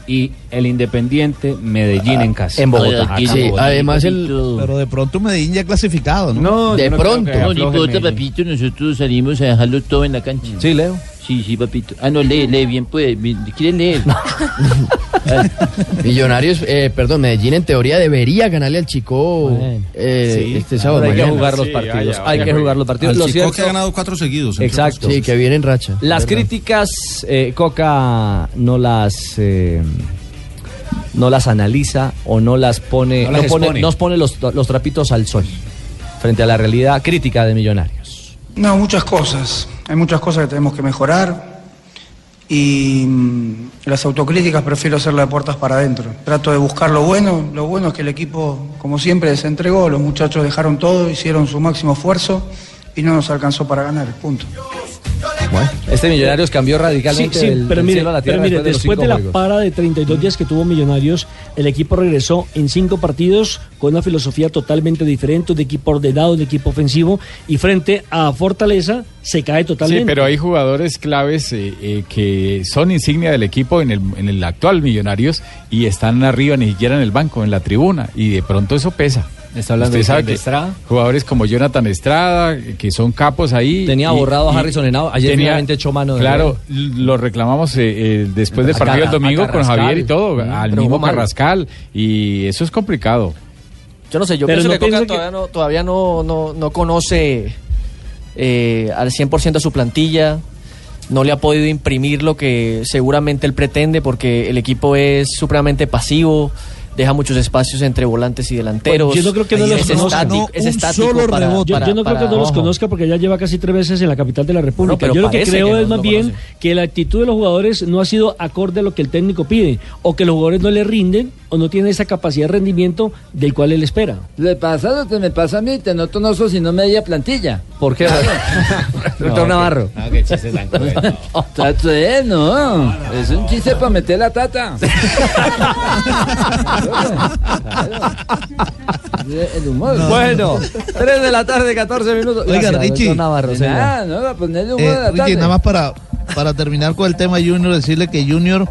y el Independiente Medellín Ah, en casa. Acá en Sí, Bogotá. además el... Pero de pronto Medellín ya clasificado, ¿no? No, de pronto. No, ni importa, papito, nosotros salimos a dejarlo todo en la cancha. Sí, Leo. Sí, sí, papito. Ah, no, lee, lee, bien, pues. bien, ¿Quiere leer? Millonarios, eh, perdón, Medellín en teoría debería ganarle al Chico eh, este sábado. Ahora hay que mañana. jugar los Sí, partidos, vaya, hay vaya, que jugar vaya. los partidos. Lo cierto- cuatro seguidos. entre Exacto. otras Sí, cosas. que viene en racha. Las Verdad. críticas, eh, Coca no las eh, no las analiza o no las pone, No no las expone. pone, nos pone los, los trapitos al sol frente a la realidad crítica de Millonarios. No, muchas cosas. Hay muchas cosas que tenemos que mejorar y mm, las autocríticas prefiero hacerlas de puertas para adentro. Trato de buscar lo bueno. Lo bueno es que el equipo, como siempre, se entregó. Los muchachos dejaron todo, hicieron su máximo esfuerzo y no nos alcanzó para ganar. Punto. Este Millonarios cambió radicalmente Sí, sí, del, pero del mire, cielo a la pero tierra mire, después después de los cinco de, la juegos. para de 32 días que tuvo Millonarios, el equipo regresó en cinco partidos con una filosofía totalmente diferente, de equipo ordenado, de equipo ofensivo, y frente a Fortaleza se cae totalmente. Sí, pero hay jugadores claves eh, eh, que son insignia del equipo en el, en el actual Millonarios y están arriba, ni siquiera en el banco, en la tribuna. Y de pronto eso pesa. Está hablando Usted de sabe Juan de que Estrada. Jugadores como Jonathan Estrada, eh, que son capos ahí. Tenía y- borrado a y Harrison Henao, ayer tenía- finalmente echó mano de Claro, lo reclamamos eh, eh, después del A partido del Carra- a domingo con Carrascal. Javier y todo, Mm, al pero mismo jugó mal. Carrascal. Y eso es complicado. Yo no sé, yo Pero pienso no que Coca piensa que- todavía, no, todavía no, no, no conoce eh, al 100% a su plantilla, no le ha podido imprimir lo que seguramente él pretende porque el equipo es supremamente pasivo, deja muchos espacios entre volantes y delanteros. Yo no creo que no es los conozca. estático, es estático para- Yo- para- yo no creo que para- no los Ojo. conozca porque ya lleva casi tres veces en la capital de la República. pero yo lo que parece creo que no es más lo bien que la actitud de los jugadores no ha sido acorde a lo que el técnico pide, o que los jugadores no le rinden o no tienen esa capacidad de rendimiento del cual él espera. Le pasa lo que me pasa a mí, te noto no sos sino media plantilla. ¿Por qué? Doctor Navarro. No, que chiste tan cruel. Tato, eh, no. Es un chiste para meter la tata. El humor. Bueno, 3 de la tarde, 14 minutos. Oiga, Gracias, Richie. doctor Navarro, señor. Ah, no, va a pues, ponerle humor Eh, a la Richie, tarde. nada más para, para terminar con el tema Junior, decirle que Junior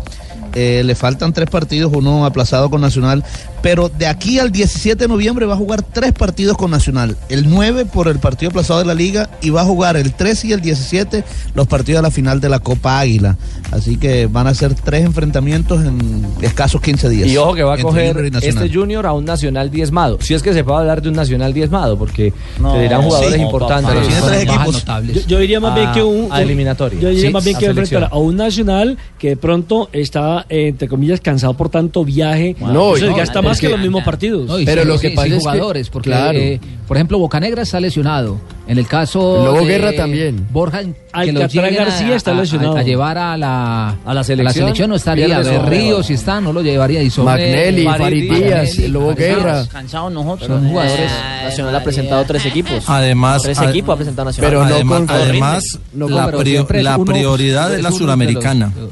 eh, le faltan tres partidos, uno aplazado con Nacional, pero de aquí al 17 de noviembre va a jugar tres partidos con Nacional, el 9 por el partido aplazado de la liga y va a jugar el 13 y el 17 los partidos de la final de la Copa Águila. Así que van a ser tres enfrentamientos en escasos 15 días. Y ojo que va a entre Junior coger y Nacional. este Junior a un Nacional diezmado. Si es que se puede hablar de un Nacional diezmado, porque No, tendrán jugadores sí. importantes. Pero tiene tres bajas equipos. notables. Yo, yo diría más bien A- que un. a eliminatoria. Yo diría Sí, más bien a que enfrentar selección. a un nacional que de pronto está, eh, entre comillas, cansado por tanto viaje. No, Eso y- desgasta no, más es que que- los mismos partidos. No, y sin- sin- sin jugadores, porque eh, por ejemplo Bocanegra está lesionado. En el caso El Lobo de Guerra también. Borja que Alcatrán los lleguen a- García está a- a- lesionado. A, llevar a la a la selección, no estaría. pierde De su Río juego. si está no lo llevaría. Y son Magnelli, eh, Farid Díaz, el Lobo Magnelli, Guerra. Cansados nosotros. Eh, Son jugadores. Nacional ha presentado tres eh, equipos. Además, Tres ad- equipos ha presentado Nacional. Pero no Además- con- además, No, la, pero prio- siempre es la uno- prioridad es es la uno de los- suramericana. de los-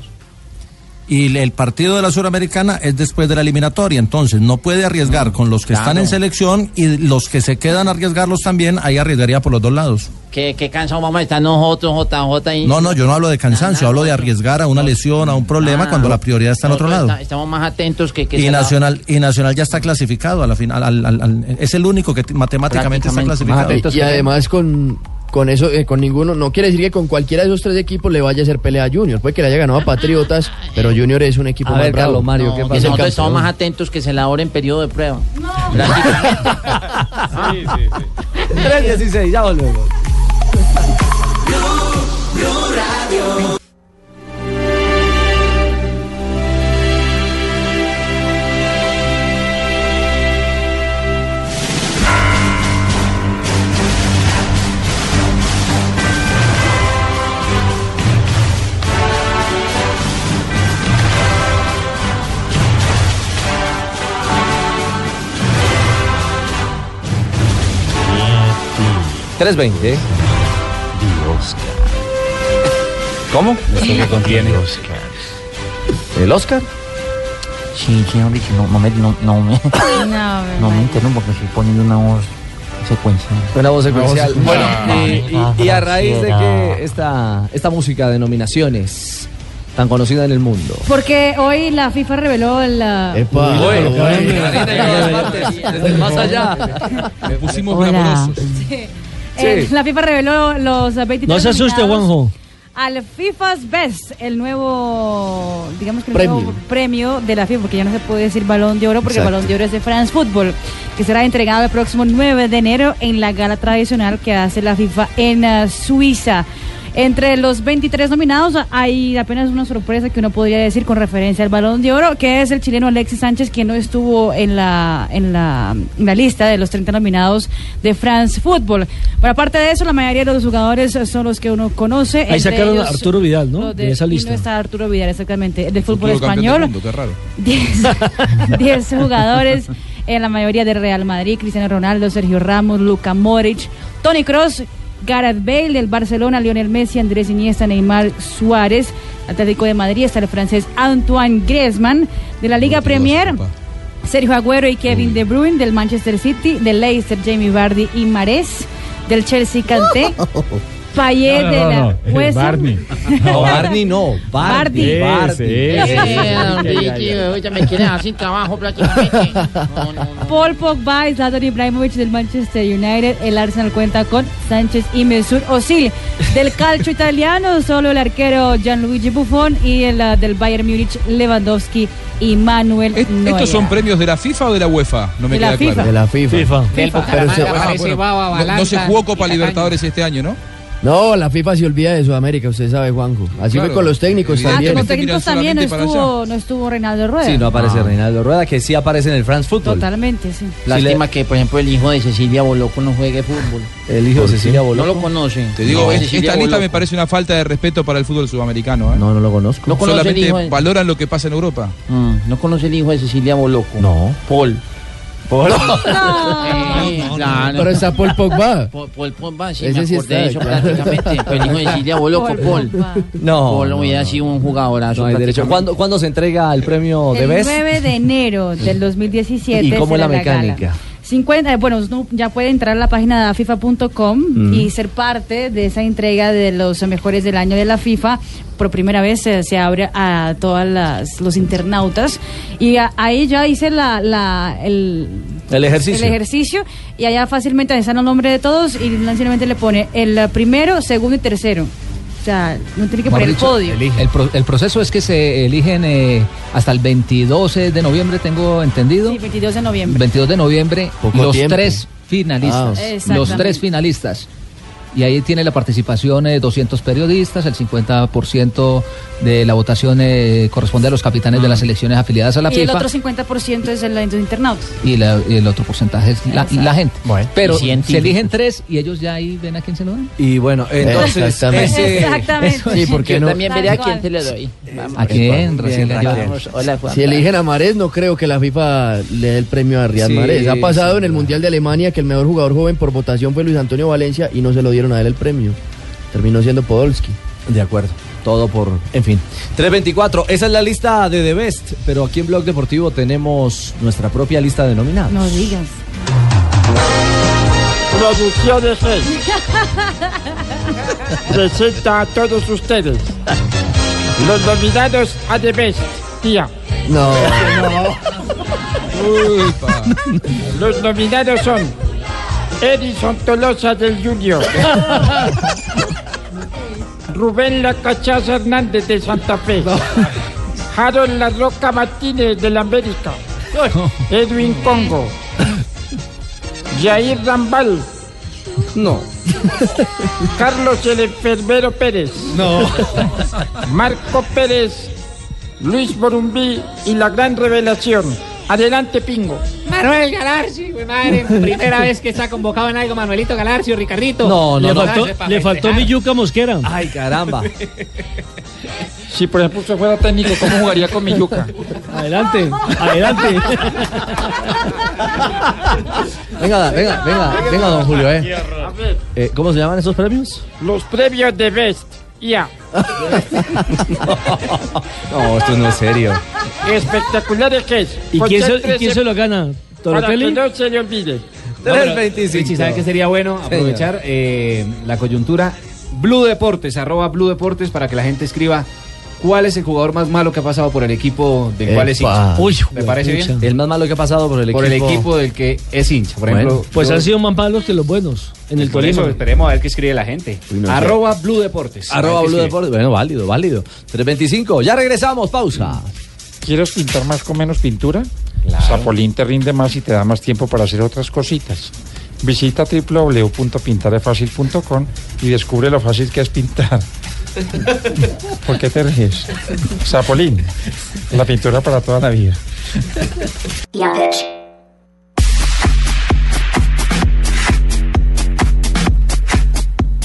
Y el- el partido de la suramericana es después de la eliminatoria, entonces no puede arriesgar con los que están claro. en selección y los que se quedan arriesgarlos también, ahí arriesgaría por los dos lados. ¿Qué, qué cansado, mamá? Están nosotros, JJ. y- No, no, yo no hablo de cansancio, hablo de arriesgar a una lesión, a un problema cuando la prioridad está en otro Nosotros lado. está- estamos más atentos que... que Y se la- Nacional, y Nacional ya está clasificado a la final, al- al- al- es el único que t- matemáticamente está clasificado. Y, y además con, con eso, eh, con ninguno, no quiere decir que con cualquiera de esos tres equipos le vaya a hacer pelea a Junior. Puede que le haya ganado a Patriotas, pero Junior es un equipo A más ver, bravo. Carlos Mario, No, ¿qué es pasa? el Nosotros campeón. estamos más atentos que se la hora en periodo de prueba. 3-16, ya volvemos. 320. ¿Cómo? que contiene. ¿El Oscar? Sí, señor Richie, no, no me, no, no me, No, no me interrumpa porque estoy poniendo una voz secuencial. Una voz secuencial. Una voz- Bueno, Ah, y, ah, y- y a raíz de grosera. que esta, esta música de nominaciones tan conocida en el mundo. Porque hoy la FIFA reveló la... Uy, pero Karina, bueno. en todas partes, desde el más allá. Le pusimos Hola. glamorosos. Eh, Sí. la FIFA reveló los 23 No se asuste, nominados Juanjo. Al FIFA's Best, el nuevo, digamos que el Premio. nuevo premio de la FIFA, porque ya no se puede decir balón de oro, porque Exacto. el balón de oro es de France Football, que será entregado el próximo 9 de enero en la gala tradicional que hace la FIFA en eh, Suiza. Entre los 23 nominados hay apenas una sorpresa que uno podría decir con referencia al Balón de Oro, que es el chileno Alexis Sánchez, que no estuvo en la, en la, en la lista de los 30 nominados de France Football. Pero aparte de eso, la mayoría de los jugadores son los que uno conoce. Ahí entre sacaron a ellos, Arturo Vidal, ¿no? los De esa y lista. No está Arturo Vidal, exactamente. El del fútbol Futuro campeón del español. mundo, qué raro. 10 jugadores, en la mayoría de Real Madrid, Cristiano Ronaldo, Sergio Ramos, Luca Modric, Tony Cross, Gareth Bale del Barcelona, Lionel Messi, Andrés Iniesta, Neymar Suárez, Atlético de Madrid, está el francés Antoine Griezmann de la Liga Premier. Sergio Agüero y Kevin De Bruyne del Manchester City, del Leicester Jamie Vardy y Marés, del Chelsea Kanté, Payet No, no, de no, la no, es West Ham. Barney. No, Barney no. Bardi. Bardi. Bardi. Eh, Ricky, Ay, ay, oye, me quieren así trabajo prácticamente. Paul Pogba, Zlatan Ibrahimovic del Manchester United, el Arsenal cuenta con Sánchez y Mesut Özil. Del calcio italiano, solo el arquero Gianluigi Buffon y el ah, del Bayern Múnich Lewandowski y Manuel Neuer. ¿Estos son premios de la FIFA o de la UEFA? No me De la queda FIFA. claro. De la FIFA. Del Bucaramanga, Bucaramanga, Parece ah, bueno. Baba, No- no, Balanta, se jugó Copa Libertadores este año, ¿no? No, la FIFA se olvida de Sudamérica, usted sabe, Juanjo. Así Claro. fue con los técnicos Ah, también. con los técnicos Este también no estuvo, no estuvo Reinaldo Rueda. Sí, no Ah. aparece Reinaldo Rueda, que sí aparece en el France Football. Totalmente, sí. Lástima que, por ejemplo, el hijo de Cecilia Boloco no juegue fútbol. El hijo de Cecilia Bolón. No lo conocen. Te digo, No, Este es- Cecilia esta lista Bolocco. me parece una falta de respeto para el fútbol sudamericano. ¿eh? No, no lo conozco. No conoce el Solamente hijo de- valoran lo que pasa en Europa. Mm, ¿No conoce el hijo de Cecilia Boloco? No. Paul. Paul. claro. Pero está Paul Pogba. Paul, Paul Pogba, sí, Ese me sí acordé de eso está, claro. prácticamente. Pero el hijo de Cecilia Boloco, Paul. No. Paul no, hubiera sido un jugadorazo. no hay derecho. ¿Cuándo, cuándo se entrega el premio de el Best? 9 de enero del 2017. ¿Y cómo es será la gala. mecánica? 50, eh, bueno, no, ya puede entrar a la página de FIFA.com Mm. y ser parte de esa entrega de los mejores del año de la FIFA. Por primera vez eh, se abre a todas las los internautas y a- ahí ya hice la, la- el, El ejercicio. el ejercicio y allá fácilmente ahí están los nombres de todos y fácilmente le pone el eh, primero, segundo y tercero. O sea, no tiene que poner el podio. El, pro- el proceso es que se eligen eh, hasta el 22 de noviembre, tengo entendido. Sí, 22 de noviembre. 22 de noviembre, Poco los tiempo. tres finalistas. Ah. los Exactamente. tres finalistas. Y ahí tiene la participación de 200 periodistas, el 50% de la votación eh, corresponde a los capitanes de las selecciones afiliadas a la y el FIFA otro 50% es el de los internautas. y, la- y el otro porcentaje es la, Exacto. la gente. Pero Y científicos. se eligen tres y ellos ya ahí ven a quién se lo dan. Y bueno, entonces. Eh, Exactamente. ese- Exactamente. eso- Sí, porque Yo no- también veré a quién se le doy. Eh, Vamos. ¿A quién? Bien, Recién la Raquel. llevamos. Hola, Juan. Si eligen a Marés, no creo que la FIFA le dé el premio a Riyad Sí, Marés. Ha pasado sí, en el Mundial de Alemania que el mejor jugador joven por votación fue Luis Antonio Valencia y no se lo dieron a él el premio. Terminó siendo Podolski. De acuerdo. Todo por. En fin. 324. Esa es la lista de The Best. Pero aquí en Blog Deportivo tenemos nuestra propia lista de nominados. No digas. Producciones presenta a todos ustedes los nominados a The Best, tía. No. Los nominados son Edison Tolosa del Junior, Rubén La Cachaza Hernández de Santa Fe, Harold La Roca Martínez del América, Edwin Congo, Jair Rambal, no. Carlos el enfermero Pérez. No. Marco Pérez. Luis Borumbí y la gran revelación. Adelante, Pingo. Manuel Galarcio, mi madre, primera vez que está convocado en algo, Manuelito Galarcio, Ricardito. No, no, le Galarcio faltó, es pa' le faltó mi festejar. yuca mosquera. Ay, caramba. Si por ejemplo usted fuera técnico, ¿cómo jugaría con mi yuca? Adelante, adelante. Venga, venga, venga, venga, don Julio, eh. A ver, Eh, ¿Cómo se llaman esos premios? los previos de Best. Ya. No, esto no es serio. Espectaculares que es. ¿Y quién se- y Concéntrese quién se lo gana? Para que ¿Tortelli? no se le olvide. Richie, ¿sabe qué sería bueno? Señor. Aprovechar eh, la coyuntura. Blue Deportes, arroba Blue Deportes, para que la gente escriba cuál es el jugador más malo que ha pasado por el equipo del cual es hincha. ¿Me parece bien? El más malo que ha pasado por el equipo. Por el equipo del que es hincha. Por ejemplo, Pues yo- han sido más malos que los buenos en el Por eso, Tolima. esperemos a ver qué escribe la gente. no sé. arroba Blue Deportes. Arroba A ver qué Blue escribe. Deportes. Bueno, válido, válido. 325, ya regresamos, pausa. ¿Quieres pintar más con menos pintura? Zapolín te rinde más y te da más tiempo para hacer otras cositas. Visita www.pintarefacil.com y descubre lo fácil que es pintar. ¿Por qué te ríes? Zapolín, la pintura para toda la vida.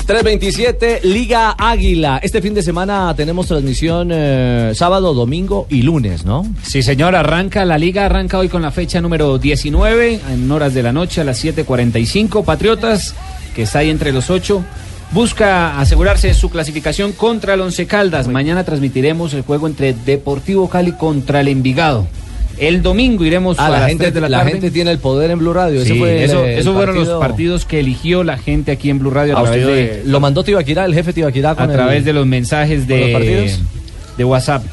Tres 327, Liga Águila. Este fin de semana tenemos transmisión eh, sábado, domingo y lunes, ¿no? Pues, Sí, señor, arranca la liga, arranca hoy con la fecha número 19, en horas de la noche a las 7.45. Patriotas, que está ahí entre los ocho, busca asegurarse su clasificación contra el Once Caldas. Mañana transmitiremos el juego entre Deportivo Cali contra el Envigado. El domingo iremos Ah, a la las gente- tres de la, la tarde. gente tiene el poder en Blue Radio. Ese Sí, fue el- eh, eso, el esos fueron los partido- partidos que eligió la gente aquí en Blue Radio a, Ah, través, usted de, lo mandó Tibaquirá, el jefe Tibaquirá. a con el- través de los mensajes con los de, partidos. de WhatsApp.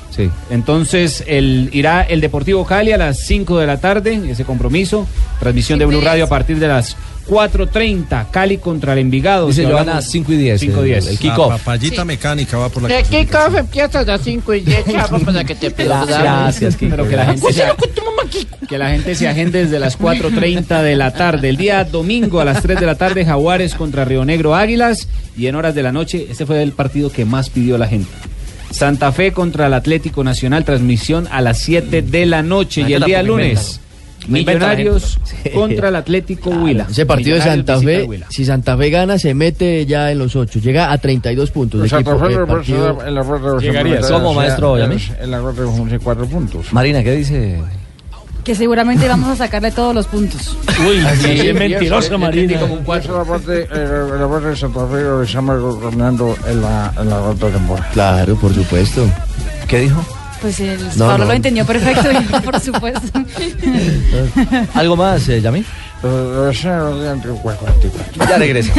Entonces el, irá el Deportivo Cali a las 5 de la tarde, ese compromiso. Transmisión de Blue Radio a partir de las 4.30, Cali contra el Envigado. Dice pues, Si Joana, hablamos- 5 y 10, 5 y 10. el- el kickoff. La papayita mecánica va por De aquí cada vez empiezas a las 5 y 10, chavo, para que te pierdas. Pero que la gente se, que la gente se agende desde las 4.30 de la tarde. El día domingo a las 3 de la tarde, Jaguares contra Río Negro Águilas. Y en horas de la noche, este fue el partido que más pidió la gente. Santa Fe contra el Atlético Nacional, transmisión a las 7 de la noche. La Y el gente día la pone lunes, inventa. La inventa la Millonarios gente. Sí. contra el Atlético Huila. Ese partido de Millonarios Santa visita Fe, Huila. si Santa Fe gana, se mete ya en los ocho. Llega a 32 puntos. de equipo, eh, partido- ¿Cómo, maestro Villamil? En la ronda de los 11, cuatro puntos. Marina, ¿qué dice? Que seguramente vamos a sacarle todos los puntos. Uy, sí, es mentirosa, Marina. Como un cuatro. La parte, eh, la parte de Santa Fe lo estamos gobernando en la, en la otra temporada. Claro, por supuesto. ¿Qué dijo? Pues el No, no. Pablo lo entendió perfecto, y por supuesto. ¿Algo más, eh, Yamil? Ya regresa.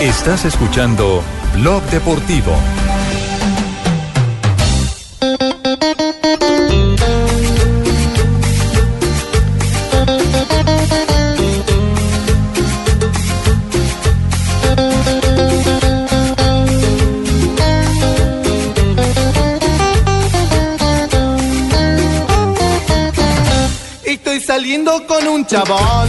Estás escuchando Blog Deportivo. Estoy saliendo con un chabón.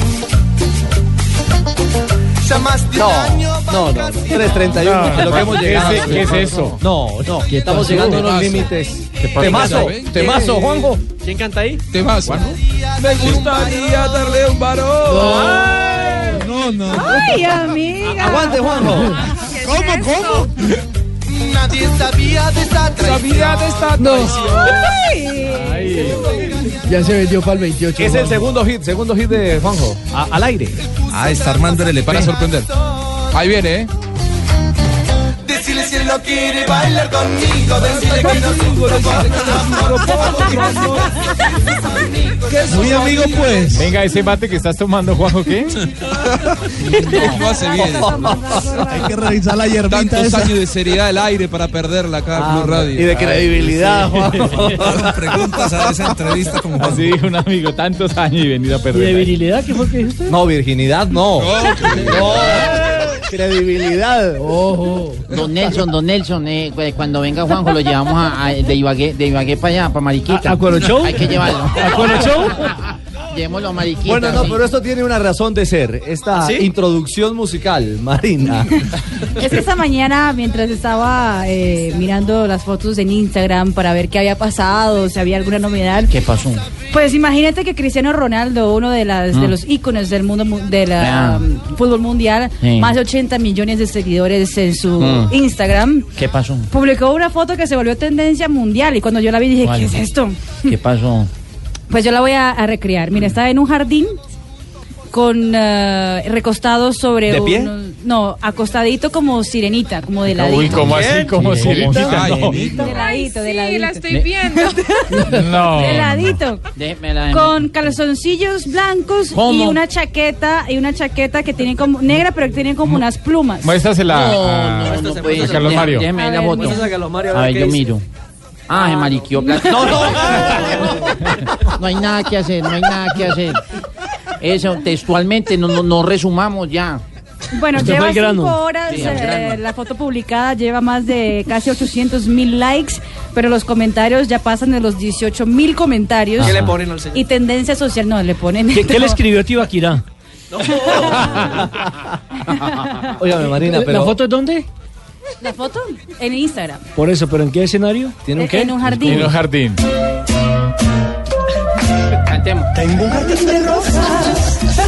Ya más de un año No, no, no. 331, No, que lo que hemos ¿qué llegado. es- qué es eso? No, no, que estamos pasó? llegando a ¿Qué unos pasa? límites. ¿Qué pasa? Temazo, ¿Quién- temazo, Juanjo. ¿Quién canta ahí? Temazo. Me gustaría darle un varón. No, no. Ay, amiga. Aguante, Juanjo. ¿Cómo, cómo? Nadie sabía de esta traición. Sabía de esta Ya se vendió para el 28. Es el segundo hit, segundo hit de Juanjo. A- al aire. Ah, está armando el para sorprender. Ahí viene, ¿eh? Decirle si él no quiere bailar conmigo. Decirle que no subo los Muy amigo, pues. Venga, ese mate que estás tomando, Juanjo, ¿qué? No hace bien. Hay que revisar la hierbita Tantos esa. años de seriedad al aire para perderla acá en Ah, Blue Radio. y de credibilidad, Juanjo. preguntas a esa entrevista como Así dijo un amigo, tantos años y venir a ¿Y de perderla. virilidad qué fue que dijo usted? No, virginidad no. Credibilidad. Ojo. Don Nelson, don Nelson, eh, cu- cuando venga Juanjo lo llevamos a, a- de Ibagué, de Ibagué para allá, para Mariquita. ¿A- a Cuero Show? Hay que llevarlo. ¿A Cuero Show? Llamémoslo mariquita. Bueno, no, sí. pero esto tiene una razón de ser. ¿Ah, Esta introducción musical, Marina. Es que esta mañana, mientras estaba eh, mirando las fotos en Instagram para ver qué había pasado, si había alguna novedad, ¿Qué pasó? pues imagínate que Cristiano Ronaldo, uno de, las, de Ah. los íconos del mundo mu- del ah, Ah. fútbol mundial, Sí. más de 80 millones de seguidores en su Mm. Instagram, ¿Qué pasó? publicó una foto que se volvió tendencia mundial y cuando yo la vi dije, ¿Cuál? ¿qué es esto? ¿Qué pasó? Pues yo la voy a, a recrear. Mira, está en un jardín con eh, recostado sobre ¿De pie? un no, acostadito como sirenita, como de ladito. Uy, ¿cómo así? ¿Cómo Sirenita. sirenita? Oh. No. De ladito, de ladito. la estoy viendo. No. De ladito. Con calzoncillos blancos y ¿Cómo? una chaqueta y una chaqueta que tiene como negra, pero que tiene como unas plumas. Muéstrasela No, Oh, a- no, no a puede ser. Carlos Déjame- Mario. déjame la foto. a A ver ver, qué yo dice. miro. Ah, se mariquió. plata. No, no. No hay nada que hacer, no hay nada que hacer. Eso, textualmente, no, no, no resumamos ya. Bueno, Usted fue lleva al cinco grano. horas, Sí, al eh, grano. la foto publicada lleva más de casi 800 mil likes, pero los comentarios ya pasan de los 18 mil comentarios. ¿Qué le ponen al señor? Y tendencia social, no, le ponen... ¿Qué, qué le escribió Tibaquirá? Óigame, Marina, pero- ¿La foto es dónde? ¿La foto? En Instagram. Por eso, pero ¿en qué escenario? ¿Tiene un En- qué? en un jardín. En un jardín. Tengo un jardín de rosas, de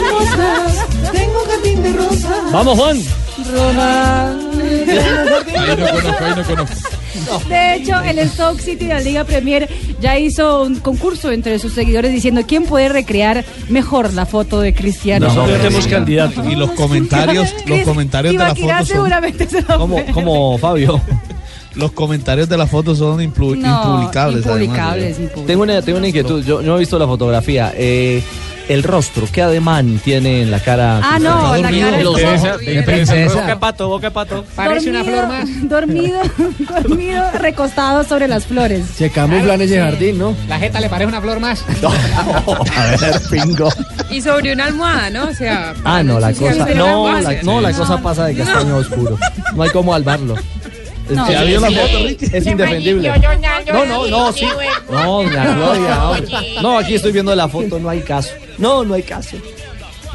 rosas, tengo un jardín de rosas. Vamos, Juan. Ahí no conozco, ahí no conozco. De hecho, el Stoke City de la Liga Premier ya hizo un concurso entre sus seguidores diciendo quién puede recrear mejor la foto de Cristiano. pero tenemos sí. candidato. Y los comentarios, los comentarios de la Ibaquirá foto son... seguramente se lo Como, Fabio. Los comentarios de la foto son implu- No, impublicables. impublicables, además. Tengo una, tengo una inquietud. Yo no he visto la fotografía. Eh, el rostro, ¿qué ademán tiene en la cara? Ah, no, la cara Los está- ojos de princesa. pato, boca pato. Parece una flor más. Dormido, dormido, recostado sobre las flores. Se camuflan ese jardín, ¿no? La jeta le parece una flor más. A ver, pingo. Y sobre una almohada, ¿no? O sea. Ah, no, la Sí, sí, cosa, sí, no, sí, la, sí, no, la sí. cosa pasa de castaño oscuro. No hay cómo albarlo. No. Es- ¿Ya vio la foto, Ricky? Es indefendible. No, no, no, sí. No, doña Gloria. oye. No, aquí estoy viendo la foto, no hay caso. No, no hay caso.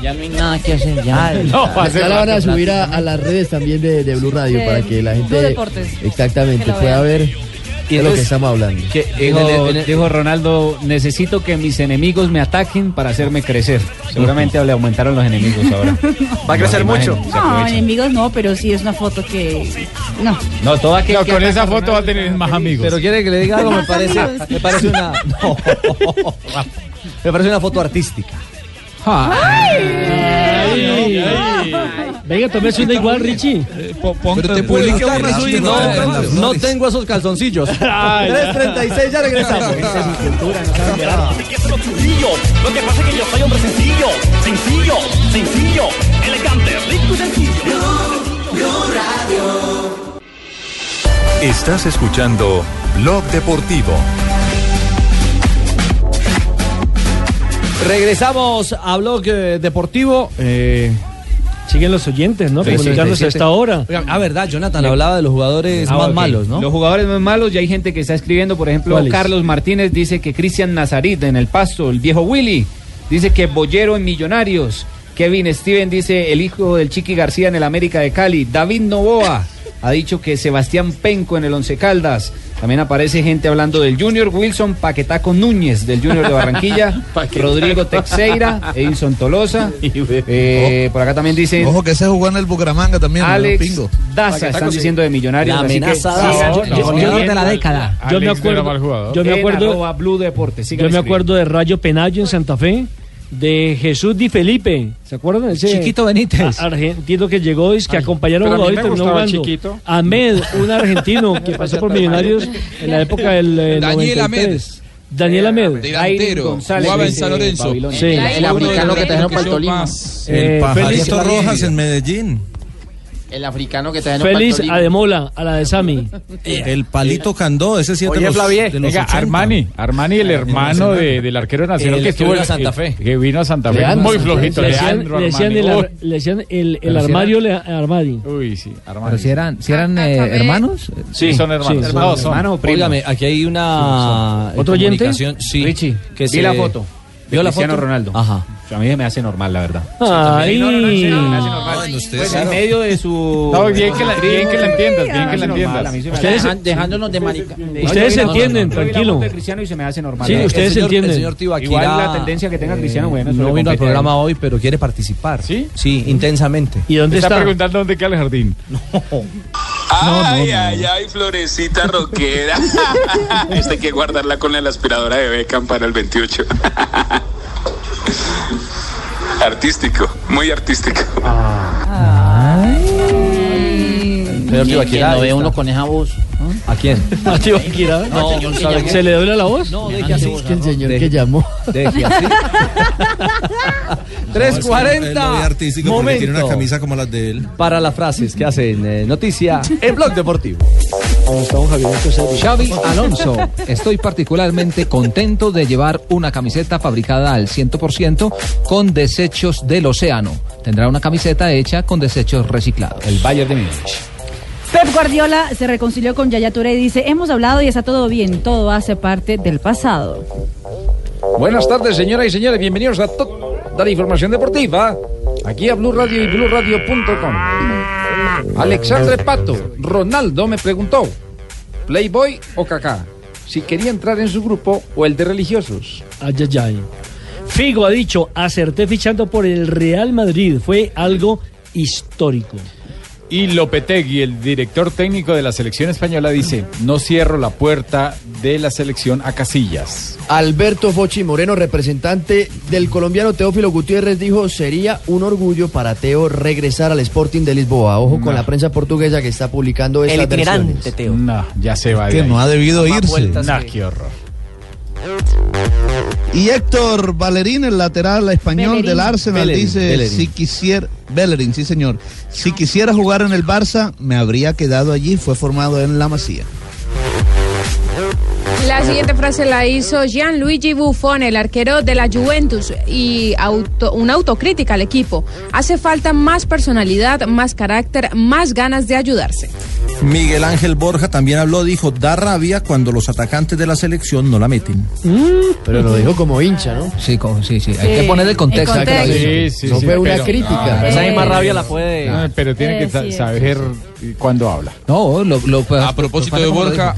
Ya no hay nada que hacer, ya. No, va a ser Ya la van a rato, subir a, a las redes también de, de Blue Radio Sí, para que la Blue gente Deportes. exactamente Que lo pueda vean. ver de lo que estamos hablando. Dijo, dijo Ronaldo, necesito que mis enemigos me ataquen para hacerme crecer. Seguramente le aumentaron los enemigos ahora. Va a crecer mucho. No, enemigos no, pero sí es una foto que. No. No, todo aquel No, que con ataca esa a foto Ronaldo va a tener más amigos. Pero quiere que le diga algo, me Más parece, amigos. me parece una. no. Me parece una foto artística. Venga, tome una igual, Richie. Eh, Pero te puede publica gustar una la suya suya. igual. No tengo esos calzoncillos. Ay. 3.36, ya regresamos. Lo que pasa es que yo soy hombre sencillo, sencillo, sencillo, elegante, rico y sencillo. Estás escuchando Blog Deportivo. Regresamos a Blog eh, Deportivo. Eh, Siguen los oyentes, ¿no? Comunicándose hasta ahora. Oigan, Ah, verdad, Jonathan hablaba de los jugadores Ah, más ok. malos, ¿no? Los jugadores más malos, ya hay gente que está escribiendo, por ejemplo, ¿Cuáles? Carlos Martínez dice que Cristian Nazarit en El Pasto, el viejo Willy, dice que Bollero en Millonarios, Kevin Steven dice el hijo del Chiqui García en el América de Cali, David Novoa ha dicho que Sebastián Penco en el Once Caldas, también aparece gente hablando del Junior, Wilson Paquetaco Núñez del Junior de Barranquilla, Rodrigo Texeira, Edison Tolosa, eh, por acá también dice... Ojo que se jugó en el Bucaramanga también. ¿no? Alex Pingo. Daza, están diciendo de Millonarios. La así que amenaza sigan Daza. con- Yo- yo- sigan yo- de la con- década. Alex Yo me no acuerdo- era mal jugador. yo me En acuerdo- arroba Blue Deportes. sigan Yo me escribiendo. acuerdo de Rayo Penayo en Santa Fe, de Jesús Di Felipe, ¿se acuerdan? Ese Chiquito Benítez. a- Argentino que llegó y que acompañaron a un pero a mí jugador y me terminó gustaba jugando. Chiquito. Ahmed, un argentino que pasó por Millonarios en la época del eh, Daniel Ahmed. 93. Daniel Ahmed. Delantero, González, jugaba en dice San Lorenzo. Babilonia. Sí. El africano que trajeron para el Tolima. Eh, Félix- Medellín. El africano que trajeron para el Félix Tolima. Ademola, a la de Sami. Eh. El palito Candó, ese sí es de Oye, los, Flavier, de los Ah, Venga, 80. Armani, Armani, el hermano de- del arquero nacional El que estuvo que vino a Santa Fe. Que vino a Santa Fe. Leandro Muy Santa flojito, Fe. Le decían- Leandro le decían Armani. el Uy, ar- le decían el, el Pero si armario le, Armadi. Uy, sí, Pero si eran, si eran eh, Acabé. hermanos. Sí, son hermanos. sí, son No, son- hermanos. Óigame, aquí hay una eh, ¿Otro oyente? comunicación, Sí, Richie, que vi se- la foto. de ¿Vio la Cristiano foto? Ronaldo. Ajá. A mí me hace normal, la verdad. Ay. No, no, no, en serio, me hace normal. Bueno, usted Pues sabe. en medio de su. No, bien que la- bien que la entiendas, bien que la Me hace normal, entiendas. a mí se me Ustedes- hace- dejándonos de marica. No, yo vi la- no, yo vi la foto de Cristiano y se me hace normal. Sí, El ustedes señor- entienden. El señor Tibaquira, Igual la tendencia que tenga Cristiano, bueno, eso no le vino al compete a él. programa hoy, pero quiere participar. ¿Sí? Sí, intensamente. ¿Y dónde está? preguntando dónde queda el jardín. Ay, ay, ay, florecita roquera. Esta hay que guardarla con la aspiradora de Beckham para el 28. Artístico, muy artístico. Pero que, que no ve uno con esa voz. ¿A quién? ¿A Tibaquira? No, señor, que llamó. ¿Se le duele la voz? No, deje así. Es que el señor Deje- que llamó. deje así. 340. artístico porque Momento. tiene una camisa como las de él. Para las frases que hacen eh, noticia en Blog Deportivo. Este Xavi Alonso, estoy particularmente contento de llevar una camiseta fabricada al 100% con desechos del océano. Tendrá una camiseta hecha con desechos reciclados. El Bayern de Múnich. Pep Guardiola se reconcilió con Yaya Touré y dice, hemos hablado y está todo bien, todo hace parte del pasado. Buenas tardes, señoras y señores. Bienvenidos a toda la información deportiva. Aquí a Blue Radio y BlueRadio.com. Alexandre Pato, Ronaldo me preguntó, ¿Playboy o Kaká? Si quería entrar en su grupo o el de religiosos. Ay, ay, ay. Figo ha dicho, acerté fichando por el Real Madrid. Fue algo histórico. Y Lopetegui, el director técnico de la selección española, dice, no cierro la puerta de la selección a casillas. Alberto Fochi Moreno, representante del colombiano Teófilo Gutiérrez, dijo, sería un orgullo para Teo regresar al Sporting de Lisboa. Ojo con la prensa portuguesa que está publicando El estas itinerante versiones. Teo. No, ya se va. Que no ha debido irse. Nah, qué horror. Y Héctor Valerín, el lateral español Bellerín. del Arsenal, Bellerín, dice, Bellerín. si quisiera, Bellerín, sí señor, si quisiera jugar en el Barça, me habría quedado allí, fue formado en la Masía. La siguiente frase la hizo Gianluigi Buffon, el arquero de la Juventus, y auto- una autocrítica al equipo. Hace falta más personalidad, más carácter, más ganas de ayudarse. Miguel Ángel Borja también habló, dijo, da rabia cuando los atacantes de la selección no la meten. ¿Mm? Pero lo dijo como hincha, ¿no? Sí, como- sí, sí. Sí, Hay que poner el contexto. el contexto. Sí, sí, No sí, fue una pero- crítica. no, Esa misma rabia la puede- No, Pues. Ah, pero tiene que Es sa- cierto, saber cuándo habla. No, lo, Ah, A propósito de Borja,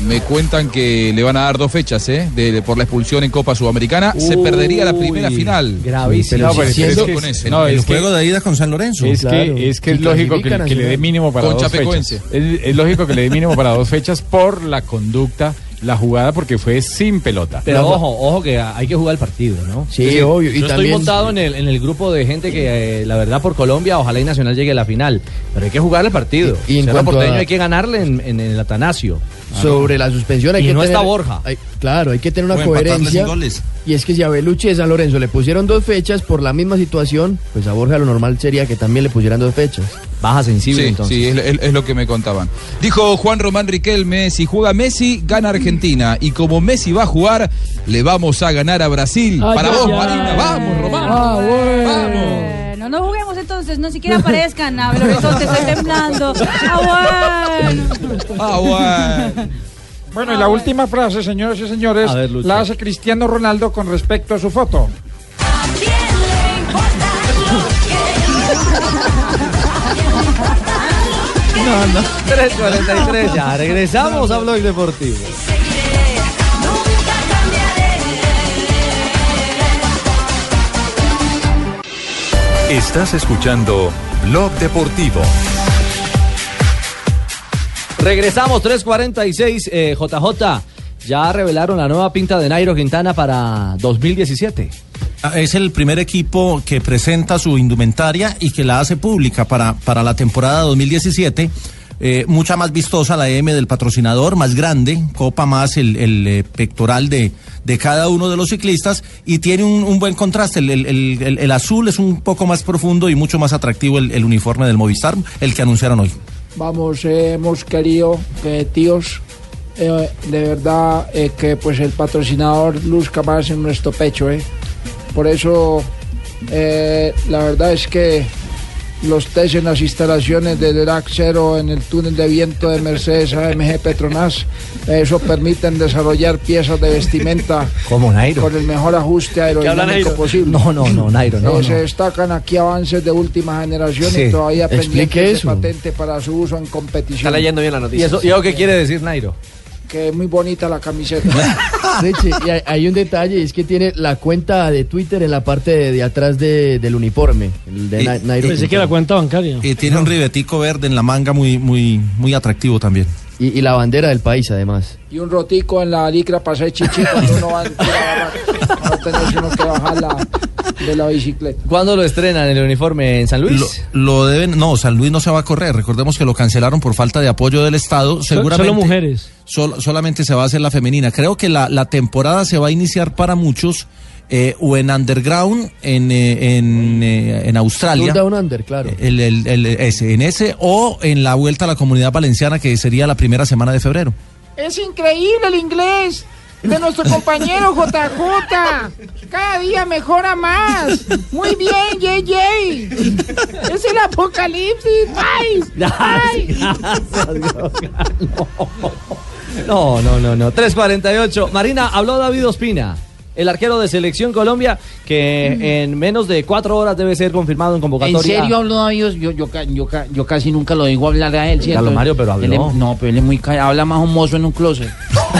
me cuentan que le van a dar dos fechas, ¿eh? De, de- por la expulsión en Copa Sudamericana. se Uy, perdería la primera final. No, pues, pero es que- con eso. no, es que- con San Lorenzo. Es Claro. que es, que Y es lógico que, clasifican a que le dé Nacional. mínimo para Con dos Chapecoense. fechas. Es, es lógico que le dé mínimo para dos fechas por la conducta, la jugada, porque fue sin pelota. Pero ojo, ojo que hay que jugar el partido, ¿no? Sí, Es decir, obvio, y yo estoy también- montado en el, en el grupo de gente que, eh, la verdad, por Colombia, ojalá y Nacional llegue a la final. Pero hay que jugar el partido. Y- y en Cerro cuanto a- Porteño hay que ganarle en, en el Atanasio. Sobre la suspensión hay Y que no tener, está Borja. hay- claro, hay que tener una O empatarle coherencia. sin goles. Y es que si a Belucci de San Lorenzo le pusieron dos fechas por la misma situación, pues a Borja lo normal sería que también le pusieran dos fechas. Baja sensible Sí, sí, es, es- es lo que me contaban. Dijo Juan Román Riquelme, si juega Messi, gana Argentina. Y como Messi va a jugar, le vamos a ganar a Brasil. Para vos, Marina, vamos, Román. Ah, Bueno, no juguemos entonces, no siquiera aparezcan a Belo Horizonte, estoy temblando. Ah, bueno. ah, Bueno, y la última frase, señoras y señores, A ver, Lucho. la hace Cristiano Ronaldo con respecto a su foto. No, no. 3.43, ya regresamos a Blog Deportivo. Estás escuchando Blog Deportivo. Regresamos 3.46, eh, JJ. Ya revelaron la nueva pinta de Nairo Quintana para 2017. Ah, Es el primer equipo que presenta su indumentaria y que la hace pública para, para la temporada 2017. Eh, mucha más vistosa la M del patrocinador, más grande, copa más el, el, eh, pectoral de, de cada uno de los ciclistas y tiene un, un buen contraste. El, el- el- el- el azul es un poco más profundo y mucho más atractivo el, el uniforme del Movistar, el que anunciaron hoy. vamos, eh, hemos querido que tíos, eh, de verdad, eh, que pues el patrocinador luzca más en nuestro pecho, eh. Por eso, eh, la verdad es que los test en las instalaciones del DRAC 0 en el túnel de viento de Mercedes AMG Petronas. Eso permiten desarrollar piezas de vestimenta Como Nairo. con el mejor ajuste aerodinámico posible. No, no, no, Nairo, no. Eh, no. Se destacan aquí avances de última generación Sí, y todavía explique pendientes eso. de patente para su uso en competición. bien la noticia. ¿Y eso, y eso qué quiere decir Nairo? Que es muy bonita la camiseta. Richie, y hay, hay un detalle, es que tiene la cuenta de Twitter en la parte de, de atrás de- del uniforme. El de Na- Nairo Quintana. cuenta bancaria. Y tiene un ribetico verde en la manga muy, muy, muy atractivo también. Y, y la bandera del país, además. Y un rotico en la licra para hacer chichi cuando uno va a entrar a la barra. No tenés uno que bajar la- de la bicicleta. ¿Cuándo lo estrenan el uniforme en San Luis? Lo, lo deben, no, San Luis no se va a correr. Recordemos que lo cancelaron por falta de apoyo del Estado. Seguramente. solo mujeres. sol- solamente se va a hacer la femenina. Creo que la, la temporada se va a iniciar para muchos eh, o en underground en, eh, en, eh, en Australia. Un down under, claro. Eh, El, el- el- ese, en ese o en la vuelta a la comunidad valenciana que sería la primera semana de febrero. Es increíble el inglés de nuestro compañero JJ. Cada día mejora más. Muy bien, JJ. Es el apocalipsis. ¡Ay! ¡Ay! No, no, no, no. 348. Marina, habló David Ospina, el arquero de Selección Colombia, que en menos de cuatro horas debe ser confirmado Mm. en ¿En convocatoria. serio habló David? Yo, yo, ca- yo, ca- yo casi nunca lo digo hablar a él, ¿cierto? Carlos Mario, pero habló. Él es- no, pero él es muy callado. Habla más un mozo en un closet.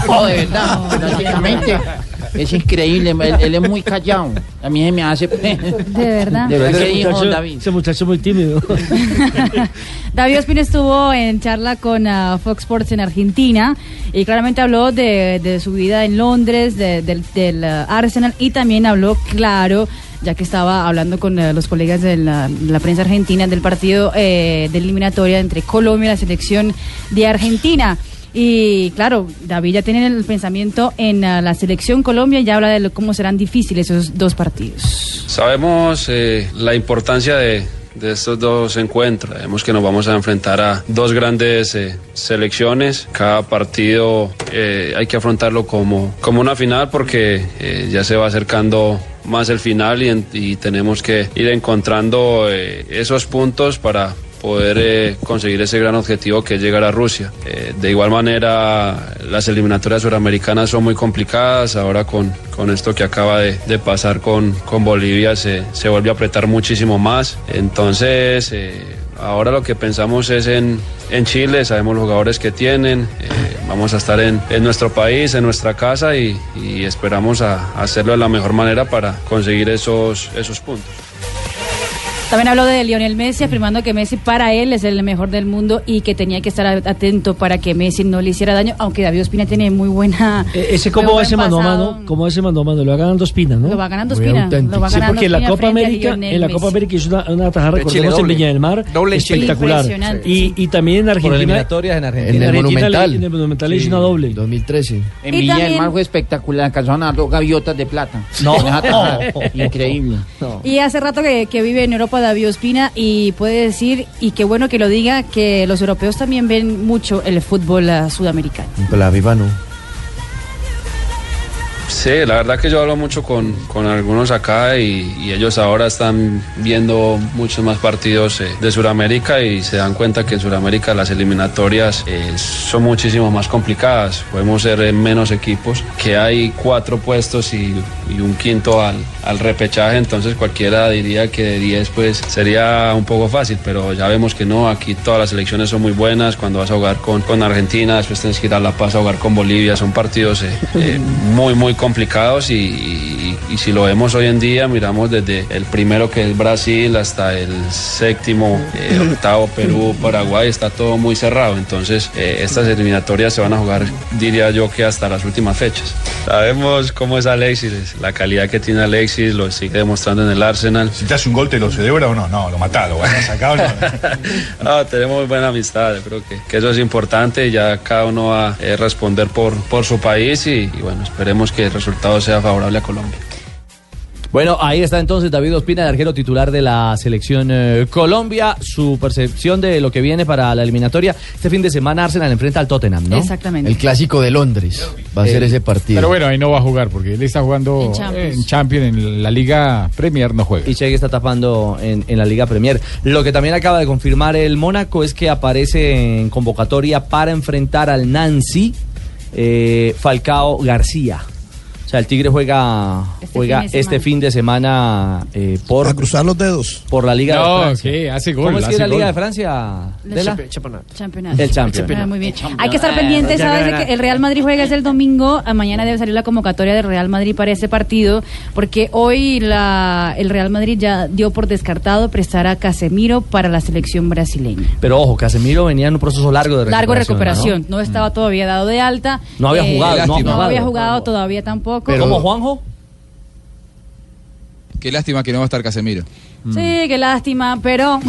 No, de verdad, prácticamente. Es increíble, él, él es muy callado. A mí se me hace... De verdad. De verdad, Ese ¿qué dijo muchacho- David? Ese muchacho muy tímido. David Ospina estuvo en charla con ah, Fox Sports en Argentina y claramente habló de, de su vida en Londres, de- del, del, ah, Arsenal y también habló, claro, ya que estaba hablando con eh, los colegas de la, la prensa argentina del partido eh, de eliminatoria entre Colombia y la selección de Argentina. Y claro, David ya tiene el pensamiento en ah, la selección Colombia y ya habla de lo- cómo serán difíciles esos dos partidos. Sabemos eh, la importancia de, de estos dos encuentros. Sabemos que nos vamos a enfrentar a dos grandes eh, selecciones. Cada partido eh, hay que afrontarlo como, como una final porque eh, ya se va acercando más el final y, en- y tenemos que ir encontrando eh, esos puntos para poder eh, conseguir ese gran objetivo que es llegar a Rusia. Eh, de igual manera, las eliminatorias suramericanas son muy complicadas. Ahora con, con esto que acaba de, de pasar con, con Bolivia se, se vuelve a apretar muchísimo más. Entonces, eh, ahora lo que pensamos es en, en Chile, sabemos los jugadores que tienen. eh, vamos a estar en, en nuestro país, en nuestra casa y, y esperamos a- hacerlo de la mejor manera para conseguir esos, esos puntos. También habló de Lionel Messi, afirmando que Messi para él es el mejor del mundo y que tenía que estar atento para que Messi no le hiciera daño, aunque David Ospina tiene muy buena... E- Ese muy cómo va buen ese mano a pasado. mano, cómo va ese mano a mano, lo va ganando Espina, ¿no? Lo va ganando Ospina, lo va Sí, ganando porque en la Ospina Copa frente a América, Lionel en la Messi. Copa América hizo una, una tajada, De Chile recordemos, en doble. Viña del Mar, Doble Chile. espectacular. Impresionante. Y, y también en Por Argentina, eliminatorias en en Argentina. el Monumental. en el Monumental hizo una doble. 2013. En Y Villa del también- Mar fue espectacular. Alcanzaron a dos gaviotas de plata. No. Con esa tajada. Increíble. Y hace rato que, que vive en Europa David Ospina y puede decir, y qué bueno que lo diga, que los europeos también ven mucho el fútbol ah, sudamericano. La viva no. Sí, la verdad que yo hablo mucho con, con algunos acá y, y ellos ahora están viendo muchos más partidos eh, de Sudamérica y se dan cuenta que en Sudamérica las eliminatorias eh, son muchísimo más complicadas. Podemos ser eh, menos equipos, que hay cuatro puestos y, y un quinto al, al repechaje, entonces cualquiera diría que de 10 pues sería un poco fácil, pero ya vemos que no, aquí todas las selecciones son muy buenas, cuando vas a jugar con, con Argentina, después tienes que ir a La Paz a jugar con Bolivia, son partidos eh, eh, muy, muy complicados y, y- y si lo vemos hoy en día, miramos desde el primero que es Brasil hasta el séptimo, eh, octavo Perú, Paraguay, está todo muy cerrado, entonces eh, estas eliminatorias se van a jugar, diría yo, que hasta las últimas fechas. Sabemos cómo es Alexis, la calidad que tiene Alexis, lo sigue demostrando en el Arsenal. Si te hace un gol, ¿te lo celebra o no? No, lo matá, lo no, Ah, tenemos muy buena amistad, yo creo que, que eso es importante, ya cada uno va a eh, responder por, por su país y, y bueno, esperemos que el resultado sea favorable a Colombia. Bueno, ahí está entonces David Ospina, el arquero titular de la selección eh, Colombia. Su percepción de lo que viene para la eliminatoria. Este fin de semana Arsenal enfrenta al Tottenham, ¿no? Exactamente. El clásico de Londres va a ser Eh, ese partido. Pero bueno, ahí no va a jugar porque él está jugando En en Champions. Champions, en, la Liga Premier, no juega. Y Che está tapando en, en la Liga Premier. Lo que también acaba de confirmar el Mónaco es que aparece en convocatoria para enfrentar al Nancy eh, Falcao García. O sea, el Tigre juega este, juega fin fin, de este fin de semana eh, por. cruzar los dedos. Por la Liga de No, Francia. que hace gol. ¿Cómo es que hace era la Liga gol. de Francia? La De la- Champions. Campeonato. El Champions. Ah, muy bien. Hay que estar pendientes, sabes, de que el Real Madrid juega es el domingo, ah, mañana debe salir la convocatoria del Real Madrid para ese partido, porque hoy la, el Real Madrid ya dio por descartado prestar a Casemiro para la selección brasileña. Pero ojo, Casemiro venía en un proceso largo de recuperación. Largo recuperación, ¿no? ¿no? Mm. estaba todavía dado de alta. Eh, No había jugado, no no, jugado. había jugado todavía tampoco. Pero- ¿Cómo, Juanjo? Qué lástima que no va a estar Casemiro. Sí, qué lástima, pero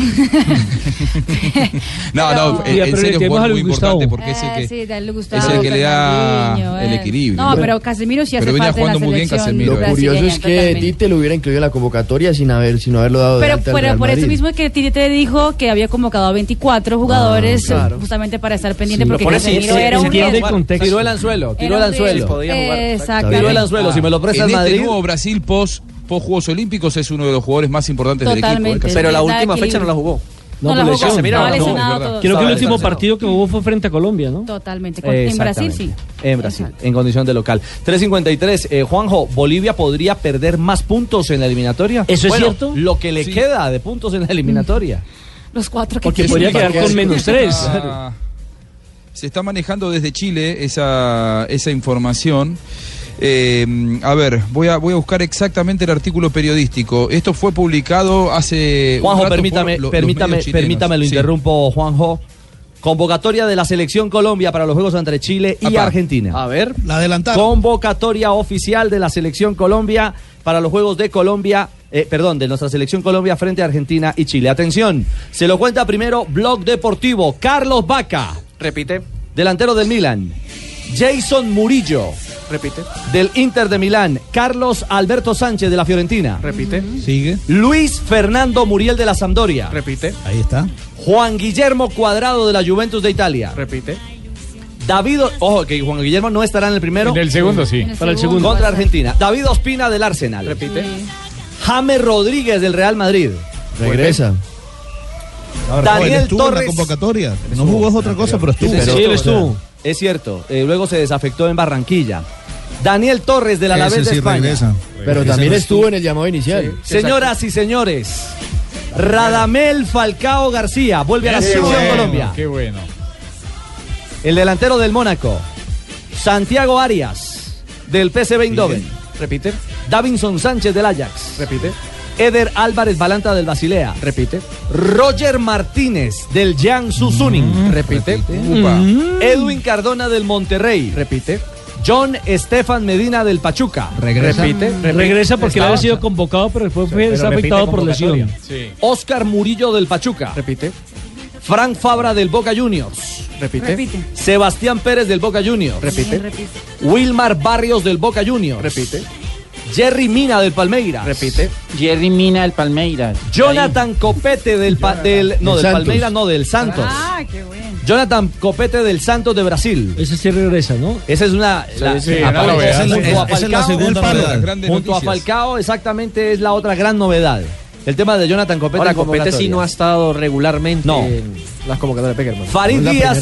No, no, eh, Oiga, en serio pero es un le jugador tenemos a muy Luis Gustavo. importante porque es el eh, que, sí, dale, Gustavo, es el que le Fernandinho, da el eh. equilibrio. No, pero Casemiro sí hace Pero venía parte de la jugando muy bien selección Casemiro, ¿eh? Lo curioso brasileña, es que totalmente. Tite lo hubiera incluido en la convocatoria sin haber sin haberlo dado de Pero, alta al pero Real por eso Madrid. mismo que Tite dijo que había convocado a 24 jugadores Ah, claro. eh, justamente para estar pendiente Sí, porque lo pone así, Casemiro sí, era un entiende el riesgo. contexto. Tiró el anzuelo, tiró Era el un riesgo. Eh, anzuelo. Podía jugar, Exacto. Está Tiró bien. el anzuelo, Ah, si me lo prestas en este Madrid. nuevo Brasil post, post Juegos Olímpicos es uno de los jugadores más importantes del Totalmente, equipo. ¿eh? Pero la le da última equilibrio. fecha no la jugó. No, No pues, la jugó, estaba lesionado es verdad. todo. Creo que el Estaba último descansado. partido que hubo fue frente a Colombia, ¿no? Totalmente. Con- En Brasil sí. Exactamente. En Brasil, en condición de local. 353, eh, Juanjo, ¿Bolivia podría perder más puntos en la eliminatoria? ¿Eso es Bueno, cierto? Lo que le queda de puntos en la eliminatoria. Los cuatro que Porque podría quedar con menos tres. Ah, Se está manejando desde Chile esa, esa información. Eh, a ver, voy a, voy a buscar exactamente el artículo periodístico. Esto fue publicado hace. Eh, un Juanjo, rato por permítame, lo- los permítame, medios chilenos. permítame, lo Sí. interrumpo, Juanjo. Convocatoria de la selección Colombia para los Juegos entre Chile y Apa. Argentina. A ver, la adelantaron. Convocatoria oficial de la selección Colombia para los Juegos de Colombia, eh, perdón, de nuestra selección Colombia frente a Argentina y Chile. Atención, se lo cuenta primero Blog Deportivo, Carlos Vaca. Repite. Delantero del Milan. Jason Murillo. Repite. Del Inter de Milán, Carlos Alberto Sánchez de la Fiorentina. Repite. Sigue. Luis Fernando Muriel de la Sampdoria. Repite. Ahí está. Juan Guillermo Cuadrado de la Juventus de Italia. Repite. David, O- ojo, que Juan Guillermo no estará en el primero. En el segundo, sí. En el Para el segundo. segundo. Contra Argentina. David Ospina del Arsenal. Repite. James Rodríguez del Real Madrid. Regresa. Daniel Él estuvo en Torres. la convocatoria. No jugó es otra cosa, pero estuvo. Es cierto. eh, luego se desafectó en Barranquilla. Daniel Torres del Ese Alavés de sí España. regresa. Pero también estuvo en el llamado inicial. Señoras y señores, Radamel Falcao García vuelve a la Qué selección bueno, Colombia. Qué bueno. El delantero del Mónaco, Santiago Arias, del PSV Eindhoven. Repite. Davinson Sánchez del Ajax. Repite. Eder Álvarez Balanta del Basilea. Repite. Roger Martínez del Jiangsu Suning. Repite. Upa. Edwin Cardona del Monterrey. Mm. Repite. John Estefan Medina del Pachuca. Repite. Regresa porque él había sido convocado, pero después fue desafectado por lesión. Oscar Murillo del Pachuca. Repite. Frank Fabra del Boca Juniors. Repite. Repite. Sebastián Pérez del Boca Juniors. Repite. Wilmar Barrios del Boca Juniors. Repite. Jerry Mina del Palmeiras. Repite. Jerry Mina del Palmeiras. Jonathan Copete del, pa- del Del no del, Santos. Palmeiras no del Santos. Ah, qué bueno. Jonathan Copete del Santos de Brasil. Ese sí regresa, ¿no? Esa es una la, Sí, aparece una novedad. Esa es la- junto a esa es la Falcao, segunda junto a- novedad. Grandes Junto a noticias. Falcao exactamente es la otra gran novedad. El tema de Jonathan Copete. Ahora, en Copete sí convocatorias. no ha estado regularmente No. en las convocatorias de Peckerman. Farid Díaz,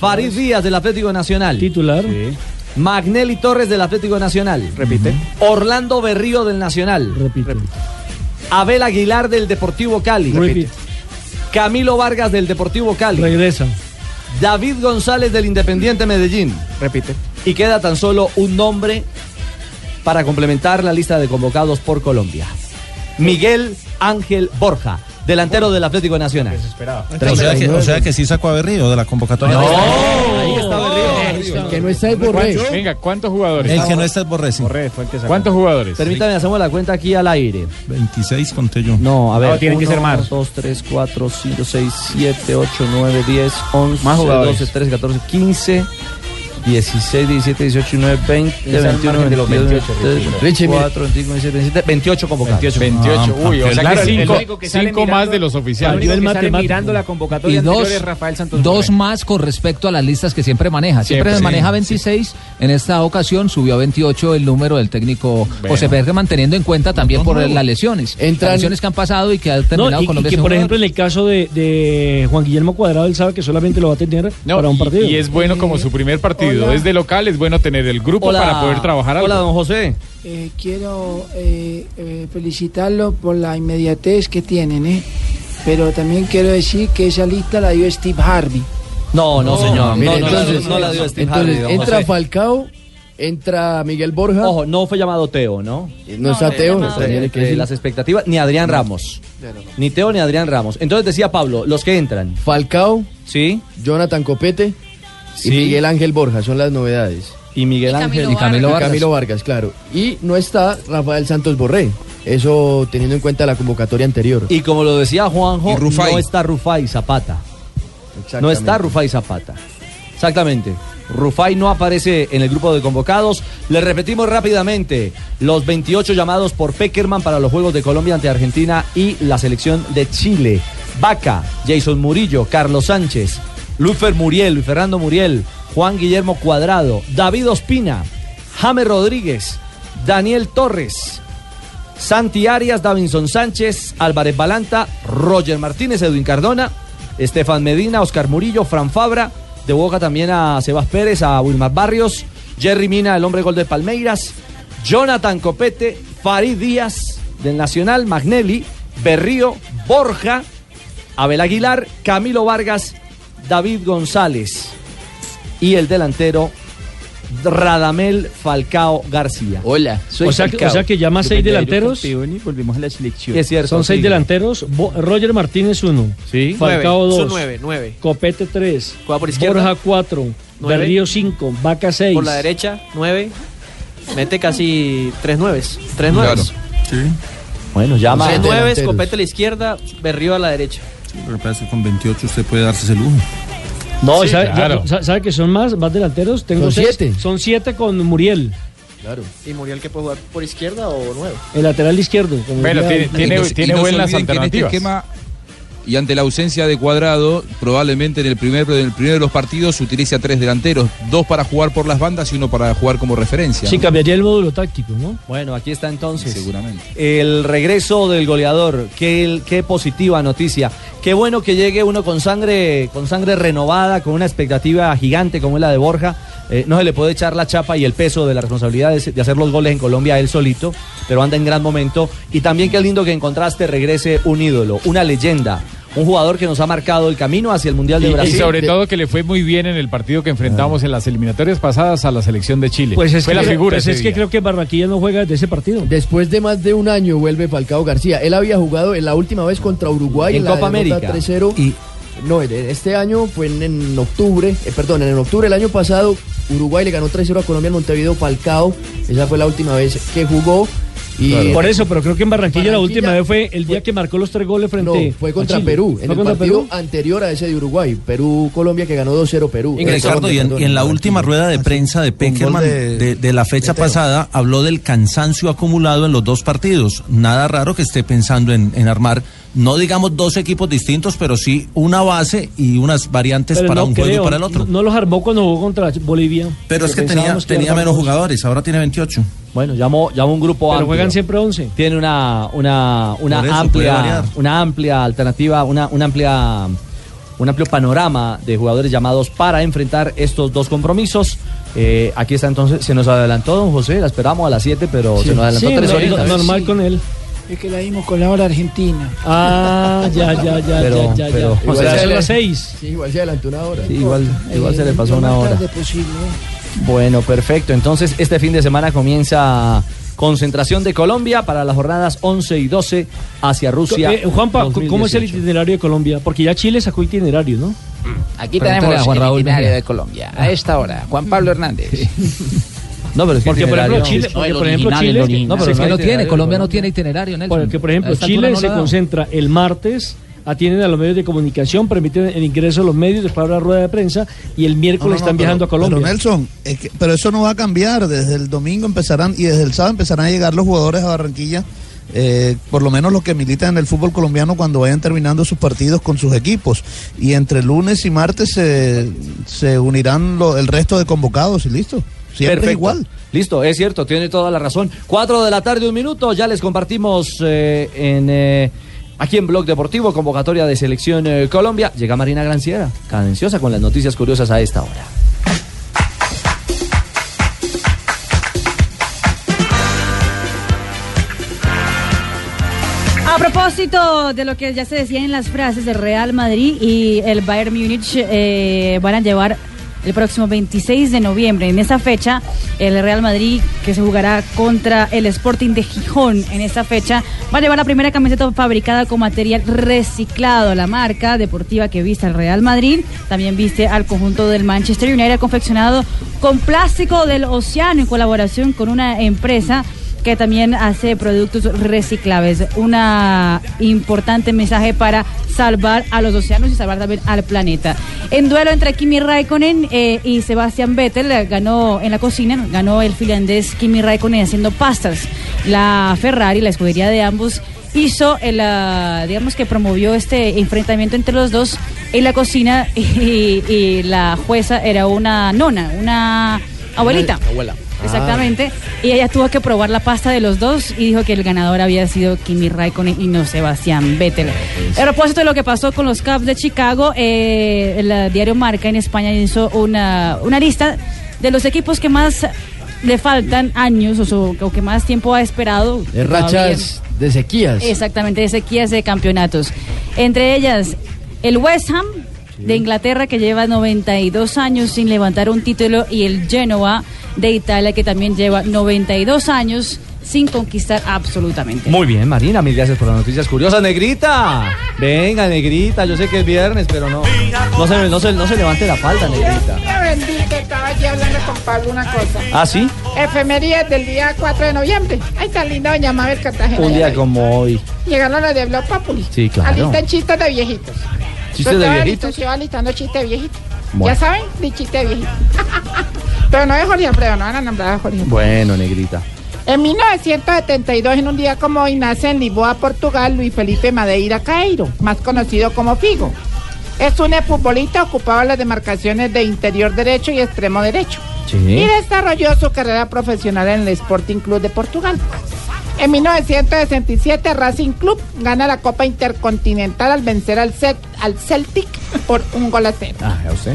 Farid Díaz del Atlético Nacional. Titular. Magnelli Torres del Atlético Nacional. Repite. Orlando Berrío del Nacional. Repite. Abel Aguilar del Deportivo Cali. Repite. Camilo Vargas del Deportivo Cali. Regresa. David González del Independiente Medellín. Repite. Y queda tan solo un nombre para complementar la lista de convocados por Colombia. Miguel Ángel Borja, delantero del Atlético Nacional. O sea, que, o sea que sí sacó a Berrío de la convocatoria. Oh. El que no está es Borré. ¿Cuántos- Venga, ¿cuántos jugadores? El que no está es Borré, sí. ¿Cuántos jugadores? Permítame, hacemos la cuenta aquí al aire. 26 conté yo. No, a ver. tiene 2, 3, 4, 5, 6, 7, 8, 9, 10, 11, Más jugadores. 12, 13, 14, 15, 16, 17, 18, 19, 20, Está al 21, margen de los 22, 28, 23, Richie, mira. 24, 25, 26, 27, 28 convocados. 28. 28, uy, o sea Claro, que el- el cinco, único que sale cinco mirando- más de los oficiales. el único que sale mirando la convocatoria y anterior dos, es Rafael Santos dos más con respecto a las listas que siempre maneja. Siempre, Siempre, se sí. maneja 26, en esta ocasión subió a 28 el número del técnico Bueno. José Verde, manteniendo en cuenta también por las lesiones. Entran- Las lesiones que han pasado y que han terminado No, y, con y los que por ejemplo en el caso de, de Juan Guillermo Cuadrado, él sabe que solamente lo va a tener para un partido. Y es bueno como su primer partido. Hola. Es de local, es bueno tener el grupo Hola. para poder trabajar algo. Hola, don José. Eh, quiero eh, eh, felicitarlo por la inmediatez que tienen, ¿eh? Pero también quiero decir que esa lista la dio Steve Harvey. No, no, señor. mire, no, no, la- entonces- no la dio Steve entonces, Harvey, don entra José. Falcao, entra Miguel Borja. Ojo, no fue llamado Teo, ¿no? Eh, No es a Teo, no, también hay que Eh, decir. las expectativas, ni Adrián Ramos. Ni Teo ni Adrián Ramos. Entonces decía Pablo, los que entran. Falcao, sí. Jonathan Copete y Sí. Miguel Ángel Borja son las novedades. Y Miguel Ángel Ángel- Camilo Vargas. Camilo Vargas, claro. Y no está Rafael Santos Borré. Eso teniendo en cuenta la convocatoria anterior. Y como lo decía Juanjo, Y Rufai. no está Rufai Zapata. No está Rufai Zapata. Exactamente. Rufai no aparece en el grupo de convocados. Le repetimos rápidamente los 28 llamados por Peckerman para los Juegos de Colombia ante Argentina y la selección de Chile. Vaca, Jason Murillo, Carlos Sánchez, Lufer Muriel, Luis Fernando Muriel, Juan Guillermo Cuadrado, David Ospina, James Rodríguez, Daniel Torres, Santi Arias, Davinson Sánchez, Álvarez Balanta, Roger Martínez, Edwin Cardona, Estefan Medina, Oscar Murillo, Fran Fabra, de Boca también a Sebas Pérez, a Wilmar Barrios, Jerry Mina, el hombre gol de Palmeiras, Jonathan Copete, Farid Díaz del Nacional, Magnelli, Berrío, Borja, Abel Aguilar, Camilo Vargas, David González y el delantero Radamel Falcao García. Hola, o, sea, que- o sea que llama seis delanteros. volvimos a la selección. Es cierto, Son seis sí. delanteros. Bo- Roger Martínez uno. Sí. Falcao Nueve, dos. son nueve, nueve. Copete tres. Juega por izquierda. Borja cuatro. Nueve. Berrío cinco. Vaca seis. Por la derecha, 9. Mete casi 3 nueves. 3 Claro. nueves. Bueno, llama. 3 nueves, copete a la izquierda, berrío a la derecha. Lo que pasa es que con 28 usted puede darse ese lujo. No, Sí, ¿sabe, ya- claro. sa- sabe que son más, más delanteros? Tengo Son seis. siete. Son siete con Muriel, Claro. ¿Y Muriel que puede jugar por izquierda o 9? el lateral izquierdo. como Bueno, decía- tiene- tiene- Y no se- tiene y no se buenas olviden que en este alternativas. esquema, y ante la ausencia de cuadrado, probablemente en el, primer, en el primero de los partidos utilice a tres delanteros, dos para jugar por las bandas y uno para jugar como referencia. Sí, cambiaría el módulo táctico, ¿no? Bueno, aquí está entonces. Seguramente. El regreso del goleador, qué, el- qué positiva noticia. Qué bueno que llegue uno con sangre, con sangre renovada, con una expectativa gigante como es la de Borja. Eh, no se le puede echar la chapa y el peso de la responsabilidad de, de hacer los goles en Colombia a él solito, pero anda en gran momento. Y también qué lindo que en contraste regrese un ídolo, una leyenda, un jugador que nos ha marcado el camino hacia el Mundial Y, de y Brasil. sobre todo que le fue muy bien en el partido que enfrentamos en las eliminatorias pasadas a la selección de Chile. Pues es fue que, la figura. pues ese es que día. creo que Barranquilla no juega desde ese partido. Después de más de un año vuelve Falcao García. Él había jugado en la última vez contra Uruguay En la Copa derrota América. 3-0. No, en- en este año fue en, en octubre, eh, perdón, en octubre del año pasado Uruguay le ganó 3-0 a Colombia en Montevideo Falcao. Esa fue la última vez que jugó y Por eso, pero creo que en Barranquilla, la Barranquilla última vez fue el día que marcó los tres goles No, frente fue a contra Chile. Perú, ¿Fue en el contra partido Perú? anterior a ese de Uruguay, Perú-Colombia que ganó 2-0 Perú. Y Ricardo, y en, y en la última rueda de prensa de Peckerman de, de la fecha pasada, habló del cansancio acumulado en los dos partidos. Nada raro que esté pensando en, en armar, no digamos dos equipos distintos, pero sí una base y unas variantes Pero para no un juego creo, y para el otro. No, no los armó cuando jugó contra Bolivia. Pero es que tenía, pensábamos tenía armaba menos dos. jugadores, ahora tiene 28. Bueno, llamó, llamó un grupo Pero amplio. juegan siempre 11. tiene una una, una Por eso, puede amplia variar. una amplia alternativa, una, una amplia un amplio panorama de jugadores llamados para enfrentar estos dos compromisos. Eh, aquí está entonces, se nos adelantó don José, la esperamos a las 7, pero se nos adelantó Sí, tres no- horitas. no- normal con él. Es que la dimos con la hora argentina. Ah, ya, ya, ya, Pero- ya, ya. pero- ya. o sea, Son le- las seis. Sí, igual se adelantó una hora. Sí, igual, igual se le pasó una hora. Bueno, perfecto. Entonces, este fin de semana comienza concentración de Colombia para las jornadas 11 y 12 hacia Rusia. Eh, Juanpa, ¿cómo es el itinerario de Colombia? Porque ya Chile sacó itinerario, ¿no? Aquí Pregúntale a tenemos Juan el Raúl itinerario Mejía. de Colombia. A esta hora, Juan Pablo Hernández. No, pero es que Porque, por ejemplo, itinerario- Chile, No, porque, el por ejemplo, original, el Chile, original. No, pero es que no tiene, itinerario, Colombia no tiene itinerario, Nelson. Porque, por ejemplo, A esta Chile altura no se lo da. concentra el martes atienden a los medios de comunicación, permiten el ingreso a los medios, después habrá rueda de prensa y el miércoles No, no, no, están pero- viajando a Colombia. Pero Nelson, es que- pero eso no va a cambiar. Desde el domingo empezarán y desde el sábado empezarán a llegar los jugadores a Barranquilla. eh, por lo menos los que militan en el fútbol colombiano cuando vayan terminando sus partidos con sus equipos. Y entre lunes y martes se, se unirán lo- el resto de convocados y listo. Siempre Perfecto. igual. Listo, es cierto, tiene toda la razón. Cuatro de la tarde, un minuto, ya les compartimos eh, en eh, aquí en Blog Deportivo, convocatoria de Selección eh, Colombia. Llega Marina Granciera, cadenciosa con las noticias curiosas a esta hora. A propósito de lo que ya se decía en las frases del Real Madrid y el Bayern Múnich eh, van a llevar el próximo 26 de noviembre. En esa fecha, el Real Madrid, que se jugará contra el Sporting de Gijón en esa fecha, va a llevar la primera camiseta fabricada con material reciclado. La marca deportiva que viste al Real Madrid también viste al conjunto del Manchester United confeccionado con plástico del océano en colaboración con una empresa que también hace productos reciclables. Una importante mensaje para salvar a los océanos y salvar también al planeta. En duelo entre Kimi Raikkonen eh, y Sebastian Vettel, eh, ganó en la cocina, ganó el finlandés Kimi Raikkonen haciendo pastas. La Ferrari, la escudería de ambos, hizo el, ah, digamos que promovió este enfrentamiento entre los dos en la cocina y, y la jueza era una nona, una abuelita. Abuela. Exactamente. Y ella tuvo que probar la pasta de los dos y dijo que el ganador había sido Kimi Raikkonen y no Sebastián Vettel. A propósito de lo que pasó con los Cubs de Chicago, eh, el diario Marca en España hizo una, una lista de los equipos que más le faltan años o, su- o que más tiempo ha esperado. De rachas de sequías. Exactamente, de sequías de campeonatos. Entre ellas, el West Ham de Inglaterra, que lleva 92 años sin levantar un título, y el Genoa de Italia, que también lleva 92 años sin conquistar absolutamente. Muy bien, Marina, mil gracias por las noticias curiosas. Negrita, venga, Negrita, yo sé que es viernes, pero no. No se, no se, no se levante la falda, Negrita. Dios me bendiga, estaba aquí hablando con Pablo una cosa. ¿Ah, sí? Efemerías del día 4 de noviembre. Ahí está linda doña Mabel Cartagena. Un día como hoy. Llegaron los de Blog Populi. Sí, claro. Alistan chistes de viejitos. ¿Chistes Yo de estaba alistando- viejitos? yo estaba alistando chistes de viejitos. Bueno. Ya saben, de chistes de viejitos. Pero no es Jorge Alfredo, no van a nombrar a Jorge. Bueno, Negrita. En 1972, en un día como hoy, nace en Lisboa, Portugal, Luis Felipe Madeira Cairo, más conocido como Figo. Es un futbolista ocupado en las demarcaciones de interior derecho y extremo derecho. Y desarrolló su carrera profesional en el Sporting Club de Portugal. En 1967, Racing Club gana la Copa Intercontinental al vencer al, Celt- al Celtic por un gol a cero. Ah, ya usted.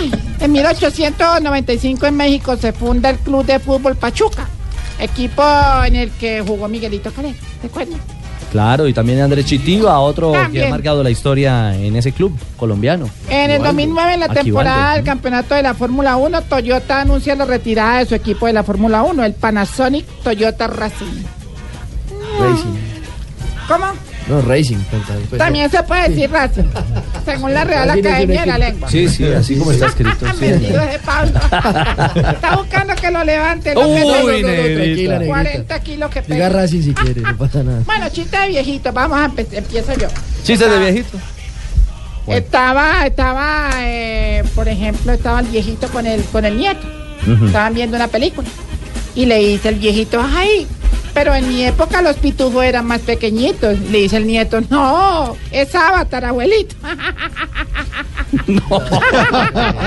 Ay, en 1895 en México se funda el Club de Fútbol Pachuca, equipo en el que jugó Miguelito Calero, ¿te acuerdas? Claro, y también Andrés Chitiva, otro que También. ha marcado la historia en ese club colombiano. En el Aquivaldo. 2009, en la temporada Aquivaldo. del campeonato de la Fórmula 1, Toyota anuncia la retirada de su equipo de la Fórmula 1, el Panasonic Toyota Racing. Racing. ¿Cómo? No, Racing. pues, pues, También se puede decir Racing, según la Real Racing es un Academia de la equipo. Lengua. Sí, sí, así como está escrito. sí. Metido de Pablo. Está buscando que lo levante. lo Uy, meta. no, no, no, tranquila, negrita. 40 kilos que Diga pega. Racing si quiere, no pasa nada. Bueno, chiste de viejito, vamos a empezar, empiezo yo. Chistes de viejito. Bueno. Estaba, estaba, eh, por ejemplo, estaba el viejito con el, con el nieto. Ujú. Estaban viendo una película. Y le dice el viejito, ay, pero en mi época los pitufos eran más pequeñitos. Le dice el nieto, no, es avatar, abuelito.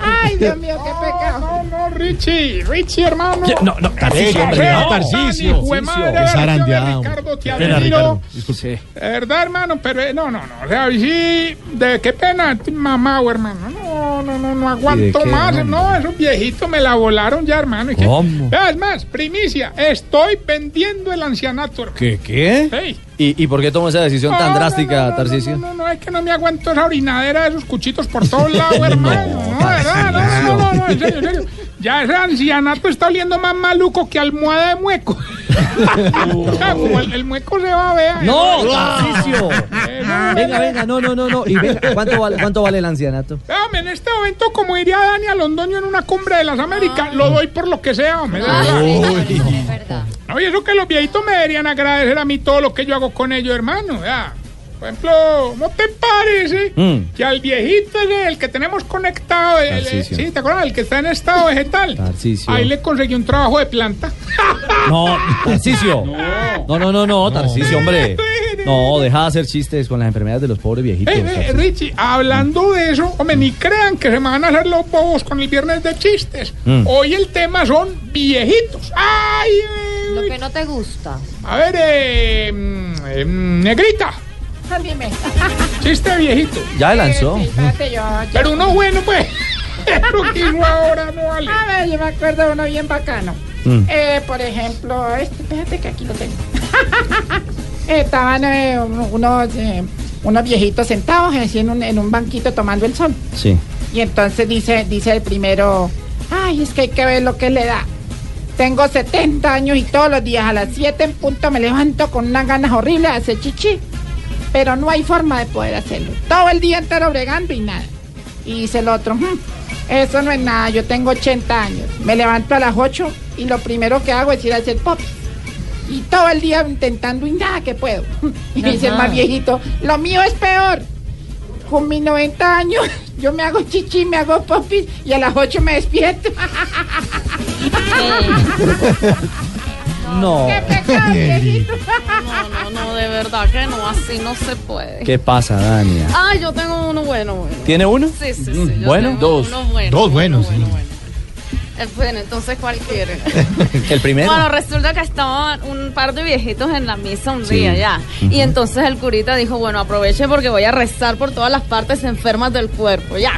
Ay, Dios mío, qué pecado. No, no, Richie, Richie, hermano. ¿Quién? No, no, Tarcisio, hombre, no, Tarcisio. Es zarandeado. Ricardo, te ah, Qué pena, Ricardo. admiro. Eh, verdad, hermano, pero eh, no, no, no. O sea, sí, de qué pena, mamá, hermano. No, no, no, no ¿Y de aguanto qué, más. hombre? No, esos viejitos me la volaron ya, hermano. ¿y qué? ¿Cómo? Vea, Es más, primicia, estoy vendiendo el ancianato, hermano. ¿Qué? ¿Qué? Sí. ¿Y, y por qué tomó esa decisión No, tan no, drástica, no, no, Tarcisio? No, no, es que no me aguanto esa orinadera de esos cuchitos por todos lados, hermano. No, ¿verdad? no, no, no, no, en serio, en serio. Ya ese ancianato está oliendo más maluco que almohada de mueco. O sea, como el, el mueco se va a ver. ¡No, Eh, Tarcisio! Venga, venga, no, no, no, no. Y venga, ¿cuánto vale, cuánto vale el ancianato? Hombre, en este momento, como diría Dani Londoño en una cumbre de las Américas, lo doy por lo que sea, hombre. de verdad. No, y eso que los viejitos me deberían agradecer a mí todo lo que yo hago con ellos, hermano. ya. Por ejemplo, no te pares, ¿eh? Mm. Que al viejito, ese, el que tenemos conectado, el- el- Tarcisio. sí, ¿te acuerdas? El que está en estado vegetal. Tarcisio. Ahí le conseguí un trabajo de planta. No, Tarcicio. No, no, no, no, Tarcicio, hombre. No, deja de hacer chistes con las enfermedades de los pobres viejitos. Eh, eh, Tarcisio. Richie, hablando de eso, hombre, ni crean que se me van a hacer los bobos con el viernes de chistes. Mm. Hoy el tema son viejitos. ¡Ay! Lo que no te gusta. A ver, eh, mm, eh, mm, negrita, Dime. chiste viejito. Ya lanzó. Mm. Espérate, yo, yo- Pero uno bueno, pues. Lo que hizo ahora no vale. A ver, yo me acuerdo de uno bien bacano. Mm. Eh, por ejemplo, este, espérate que aquí lo tengo. Estaban eh, unos, eh, unos viejitos sentados así en un, en un banquito tomando el sol. Sí. Y entonces dice, dice el primero, ay, es que hay que ver lo que le da. Tengo 70 años y todos los días a las 7 en punto me levanto con unas ganas horribles de hacer chichi. Pero no hay forma de poder hacerlo. Todo el día entero bregando y nada. Y dice el otro, "Mm, eso no es nada, yo tengo 80 años. Me levanto a las 8 y lo primero que hago es ir a hacer pop. Y todo el día intentando y nada que puedo. Y dice el Ajá. más viejito, lo mío es peor. Con mis 90 años yo me hago chichi, me hago popis y a las 8 me despierto. No, No. no, no, de verdad que no, así no se puede. ¿Qué pasa, Dania? Ah, yo tengo uno bueno, bueno. ¿Tiene uno? Sí, sí, sí. Mm, yo Bueno, tengo uno bueno. buenos. Eh, bueno, entonces cuál quiere. El primero. Bueno, resulta que estaban un par de viejitos en la misa un Sí. día ya. Y entonces el curita dijo, bueno, aproveche porque voy a rezar por todas las partes enfermas del cuerpo, ya.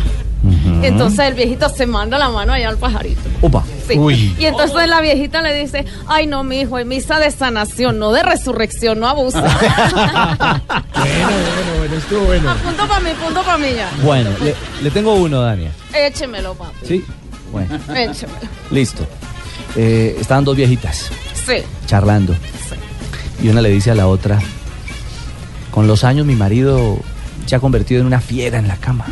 Entonces el viejito se manda la mano allá al pajarito. Upa. Sí. Y entonces la viejita le dice, ay no, mi hijo, es misa de sanación, no de resurrección, no abusa. Bueno, bueno, estuvo bueno. Ah, punto para mí, punto para mí ya. Bueno, le, le tengo uno, Dania. Échemelo, papá. ¿Sí? Bueno, Échemelo. listo. Eh, estaban dos viejitas Sí. charlando. Y una le dice a la otra, con los años mi marido se ha convertido en una fiera en la cama.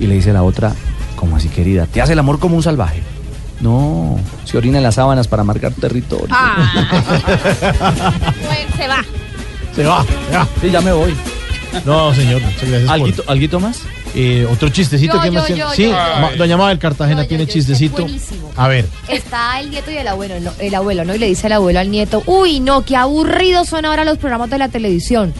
Y le dice la otra, como así querida, te hace el amor como un salvaje. No, se orina en las sábanas para marcar territorio. Ah. Pues se va. Se va, se Ah, va. Sí, ya me voy. No, señor, muchas gracias. ¿Alguito, más? otro chistecito Yo, que yo, más yo, tiene? yo, Sí, yo. ma- doña Mabel Cartagena tiene chistecito. buenísimo. A ver. Está el nieto y el abuelo, ¿no? el abuelo, ¿no? Y le dice el abuelo al nieto, uy, no, qué aburridos son ahora los programas de la televisión.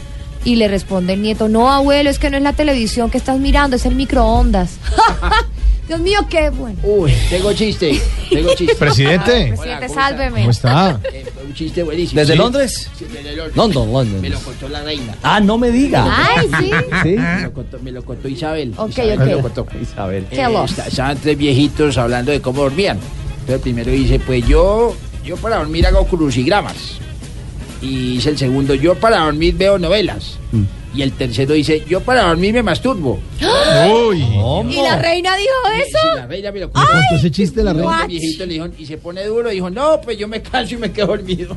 Y le responde el nieto, no, abuelo, es que no es la televisión que estás mirando, es el microondas. Dios mío, qué bueno. Uy, tengo chiste. Tengo chiste. Presidente. Presidente, sálveme. ¿Cómo está? Eh, Un chiste buenísimo. ¿Desde Sí. Londres? Sí, desde Londres. London, London. Me lo contó la reina. Ah, no me diga. Ay, sí. Sí. Me lo contó, me lo contó Isabel. Ok, Isabel ok. Me lo contó. Isabel. Eh, esta- estaban tres viejitos hablando de cómo dormían. Entonces el primero dice, pues yo, yo para dormir hago crucigramas. Y dice el segundo, yo para dormir veo novelas. Y el tercero dice, yo para dormir me masturbo. Uy. ¡Ah! ¿Y la reina dijo eso? La reina me lo ¿Le contó ese chiste la Y reina? el viejito le dijo, y se pone duro, dijo, no, pues yo me canso y me quedo dormido.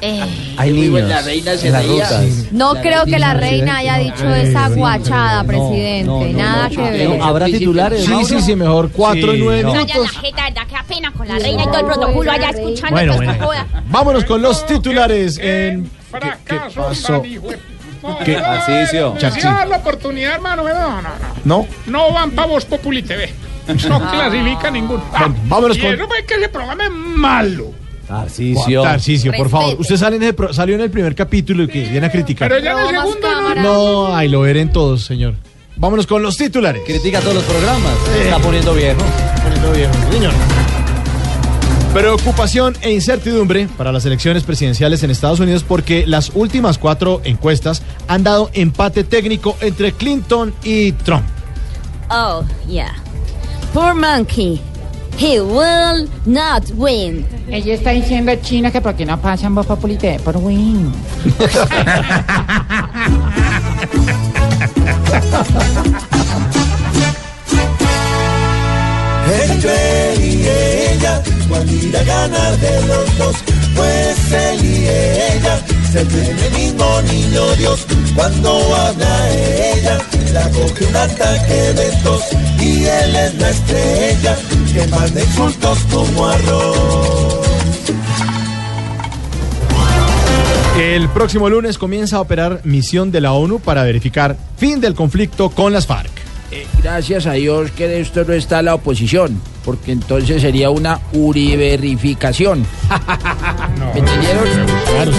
Eh. Hay Muy buena, niños. la reina se en las reía. rutas. No La creo que reina Eh, la se reina reía. haya dicho esa guachada, presidente. Nada que ver. ¿Habrá titulares? Sí, sí, sí, mejor. Cuatro Sí, y nueve no. minutos. jeta, qué pena con la reina y todo el protocolo allá escuchando Bueno, toda esta bueno. Vámonos con los titulares en... ¿Qué, qué pasó? ¿Qué? Tarcisio. Tarcisio. la oportunidad, hermano. No, no, no. ¿No? No van para Voz Populi TV. No Ah. clasifica ninguno. Bueno, vámonos y con- eso fue que ese programa es malo. Tarcicio. Tarcicio, por favor. Usted sale en el pro- salió en el primer capítulo y que viene a criticar. Pero ya en el segundo no. No, ahí lo veré en todos, señor. Vámonos con los titulares. Critica todos los programas. Se está poniendo viejo. Poniendo viejo, señor. Preocupación e incertidumbre para las elecciones presidenciales en Estados Unidos porque las últimas cuatro encuestas han dado empate técnico entre Clinton y Trump. Oh, yeah. Poor monkey. He will not win. Ella está diciendo a China que por qué no pasan Voz Populi TV por win. Entre él y ella, cual irá a ganar de los dos? Pues él y ella se creen el mismo niño Dios. Cuando habla ella, la coge un ataque de tos y él es la estrella que manda insultos como arroz. El próximo lunes comienza a operar misión de la ONU para verificar fin del conflicto con las FARC. Eh, Gracias a Dios que de esto no está la oposición, porque entonces sería una uriberificación. ¿Me entendieron? Claro,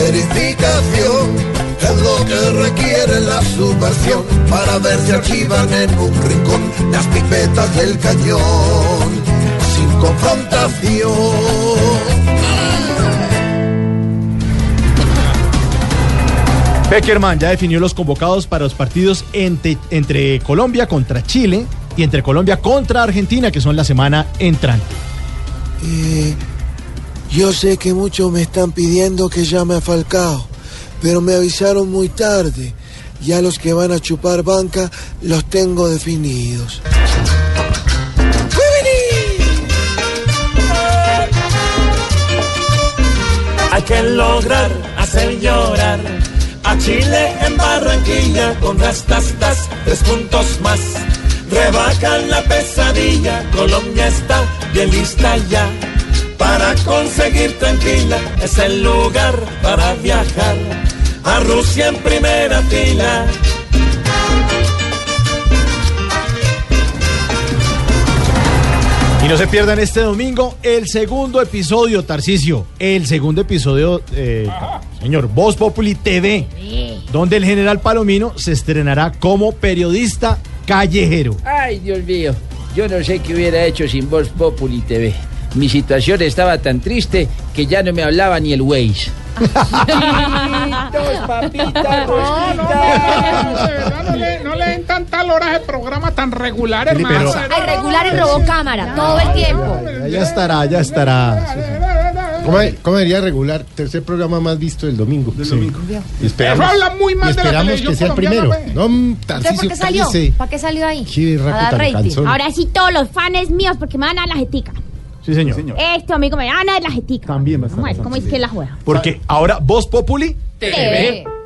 Verificación es lo que requiere la subversión para ver si archivan en un rincón las pipetas del cañón sin confrontación. Peckerman ya definió los convocados para los partidos entre, entre Colombia contra Chile y entre Colombia contra Argentina, que son la semana entrante. Eh, yo sé que muchos me están pidiendo que llame a Falcao, pero me avisaron muy tarde. Ya los que van a chupar banca los tengo definidos. Hay que lograr hacer llorar a Chile en Barranquilla con las tastas, tres puntos más. Rebajan la pesadilla, Colombia está bien lista ya. Para conseguir tranquila es el lugar para viajar a Rusia en primera fila. Y no se pierdan este domingo el segundo episodio, Tarcisio. El segundo episodio, eh, señor, Voz Populi TV, donde el general Palomino se estrenará como periodista callejero. Ay, Dios mío, yo no sé qué hubiera hecho sin Voz Populi TV. Mi situación estaba tan triste que ya no me hablaba ni el Waze. Papitos, papitas, No le, no le den tantas horas de programa tan regular, Felipe, hermano. pero- Al regular y robó cámara todo el tiempo. Ya estará, ya estará. ¿Cómo, cómo diría regular? Tercer programa más visto del domingo. Sí. Y esperamos, Eso habla muy mal y de la esperamos que televisión sea el primero. colombiana, No, mm, ¿Usted por Tarcisio, qué salió? cállese. ¿Para qué salió ahí? Sí, A raco dar tan rating. cansón. Ahora sí, todos los fans míos, porque me van a dar la jetica. Sí, señor. Este Esto, amigo, me van a dar la jetica. También, Vamos a ver cómo es que la juega. Porque ahora Voz Populi TV.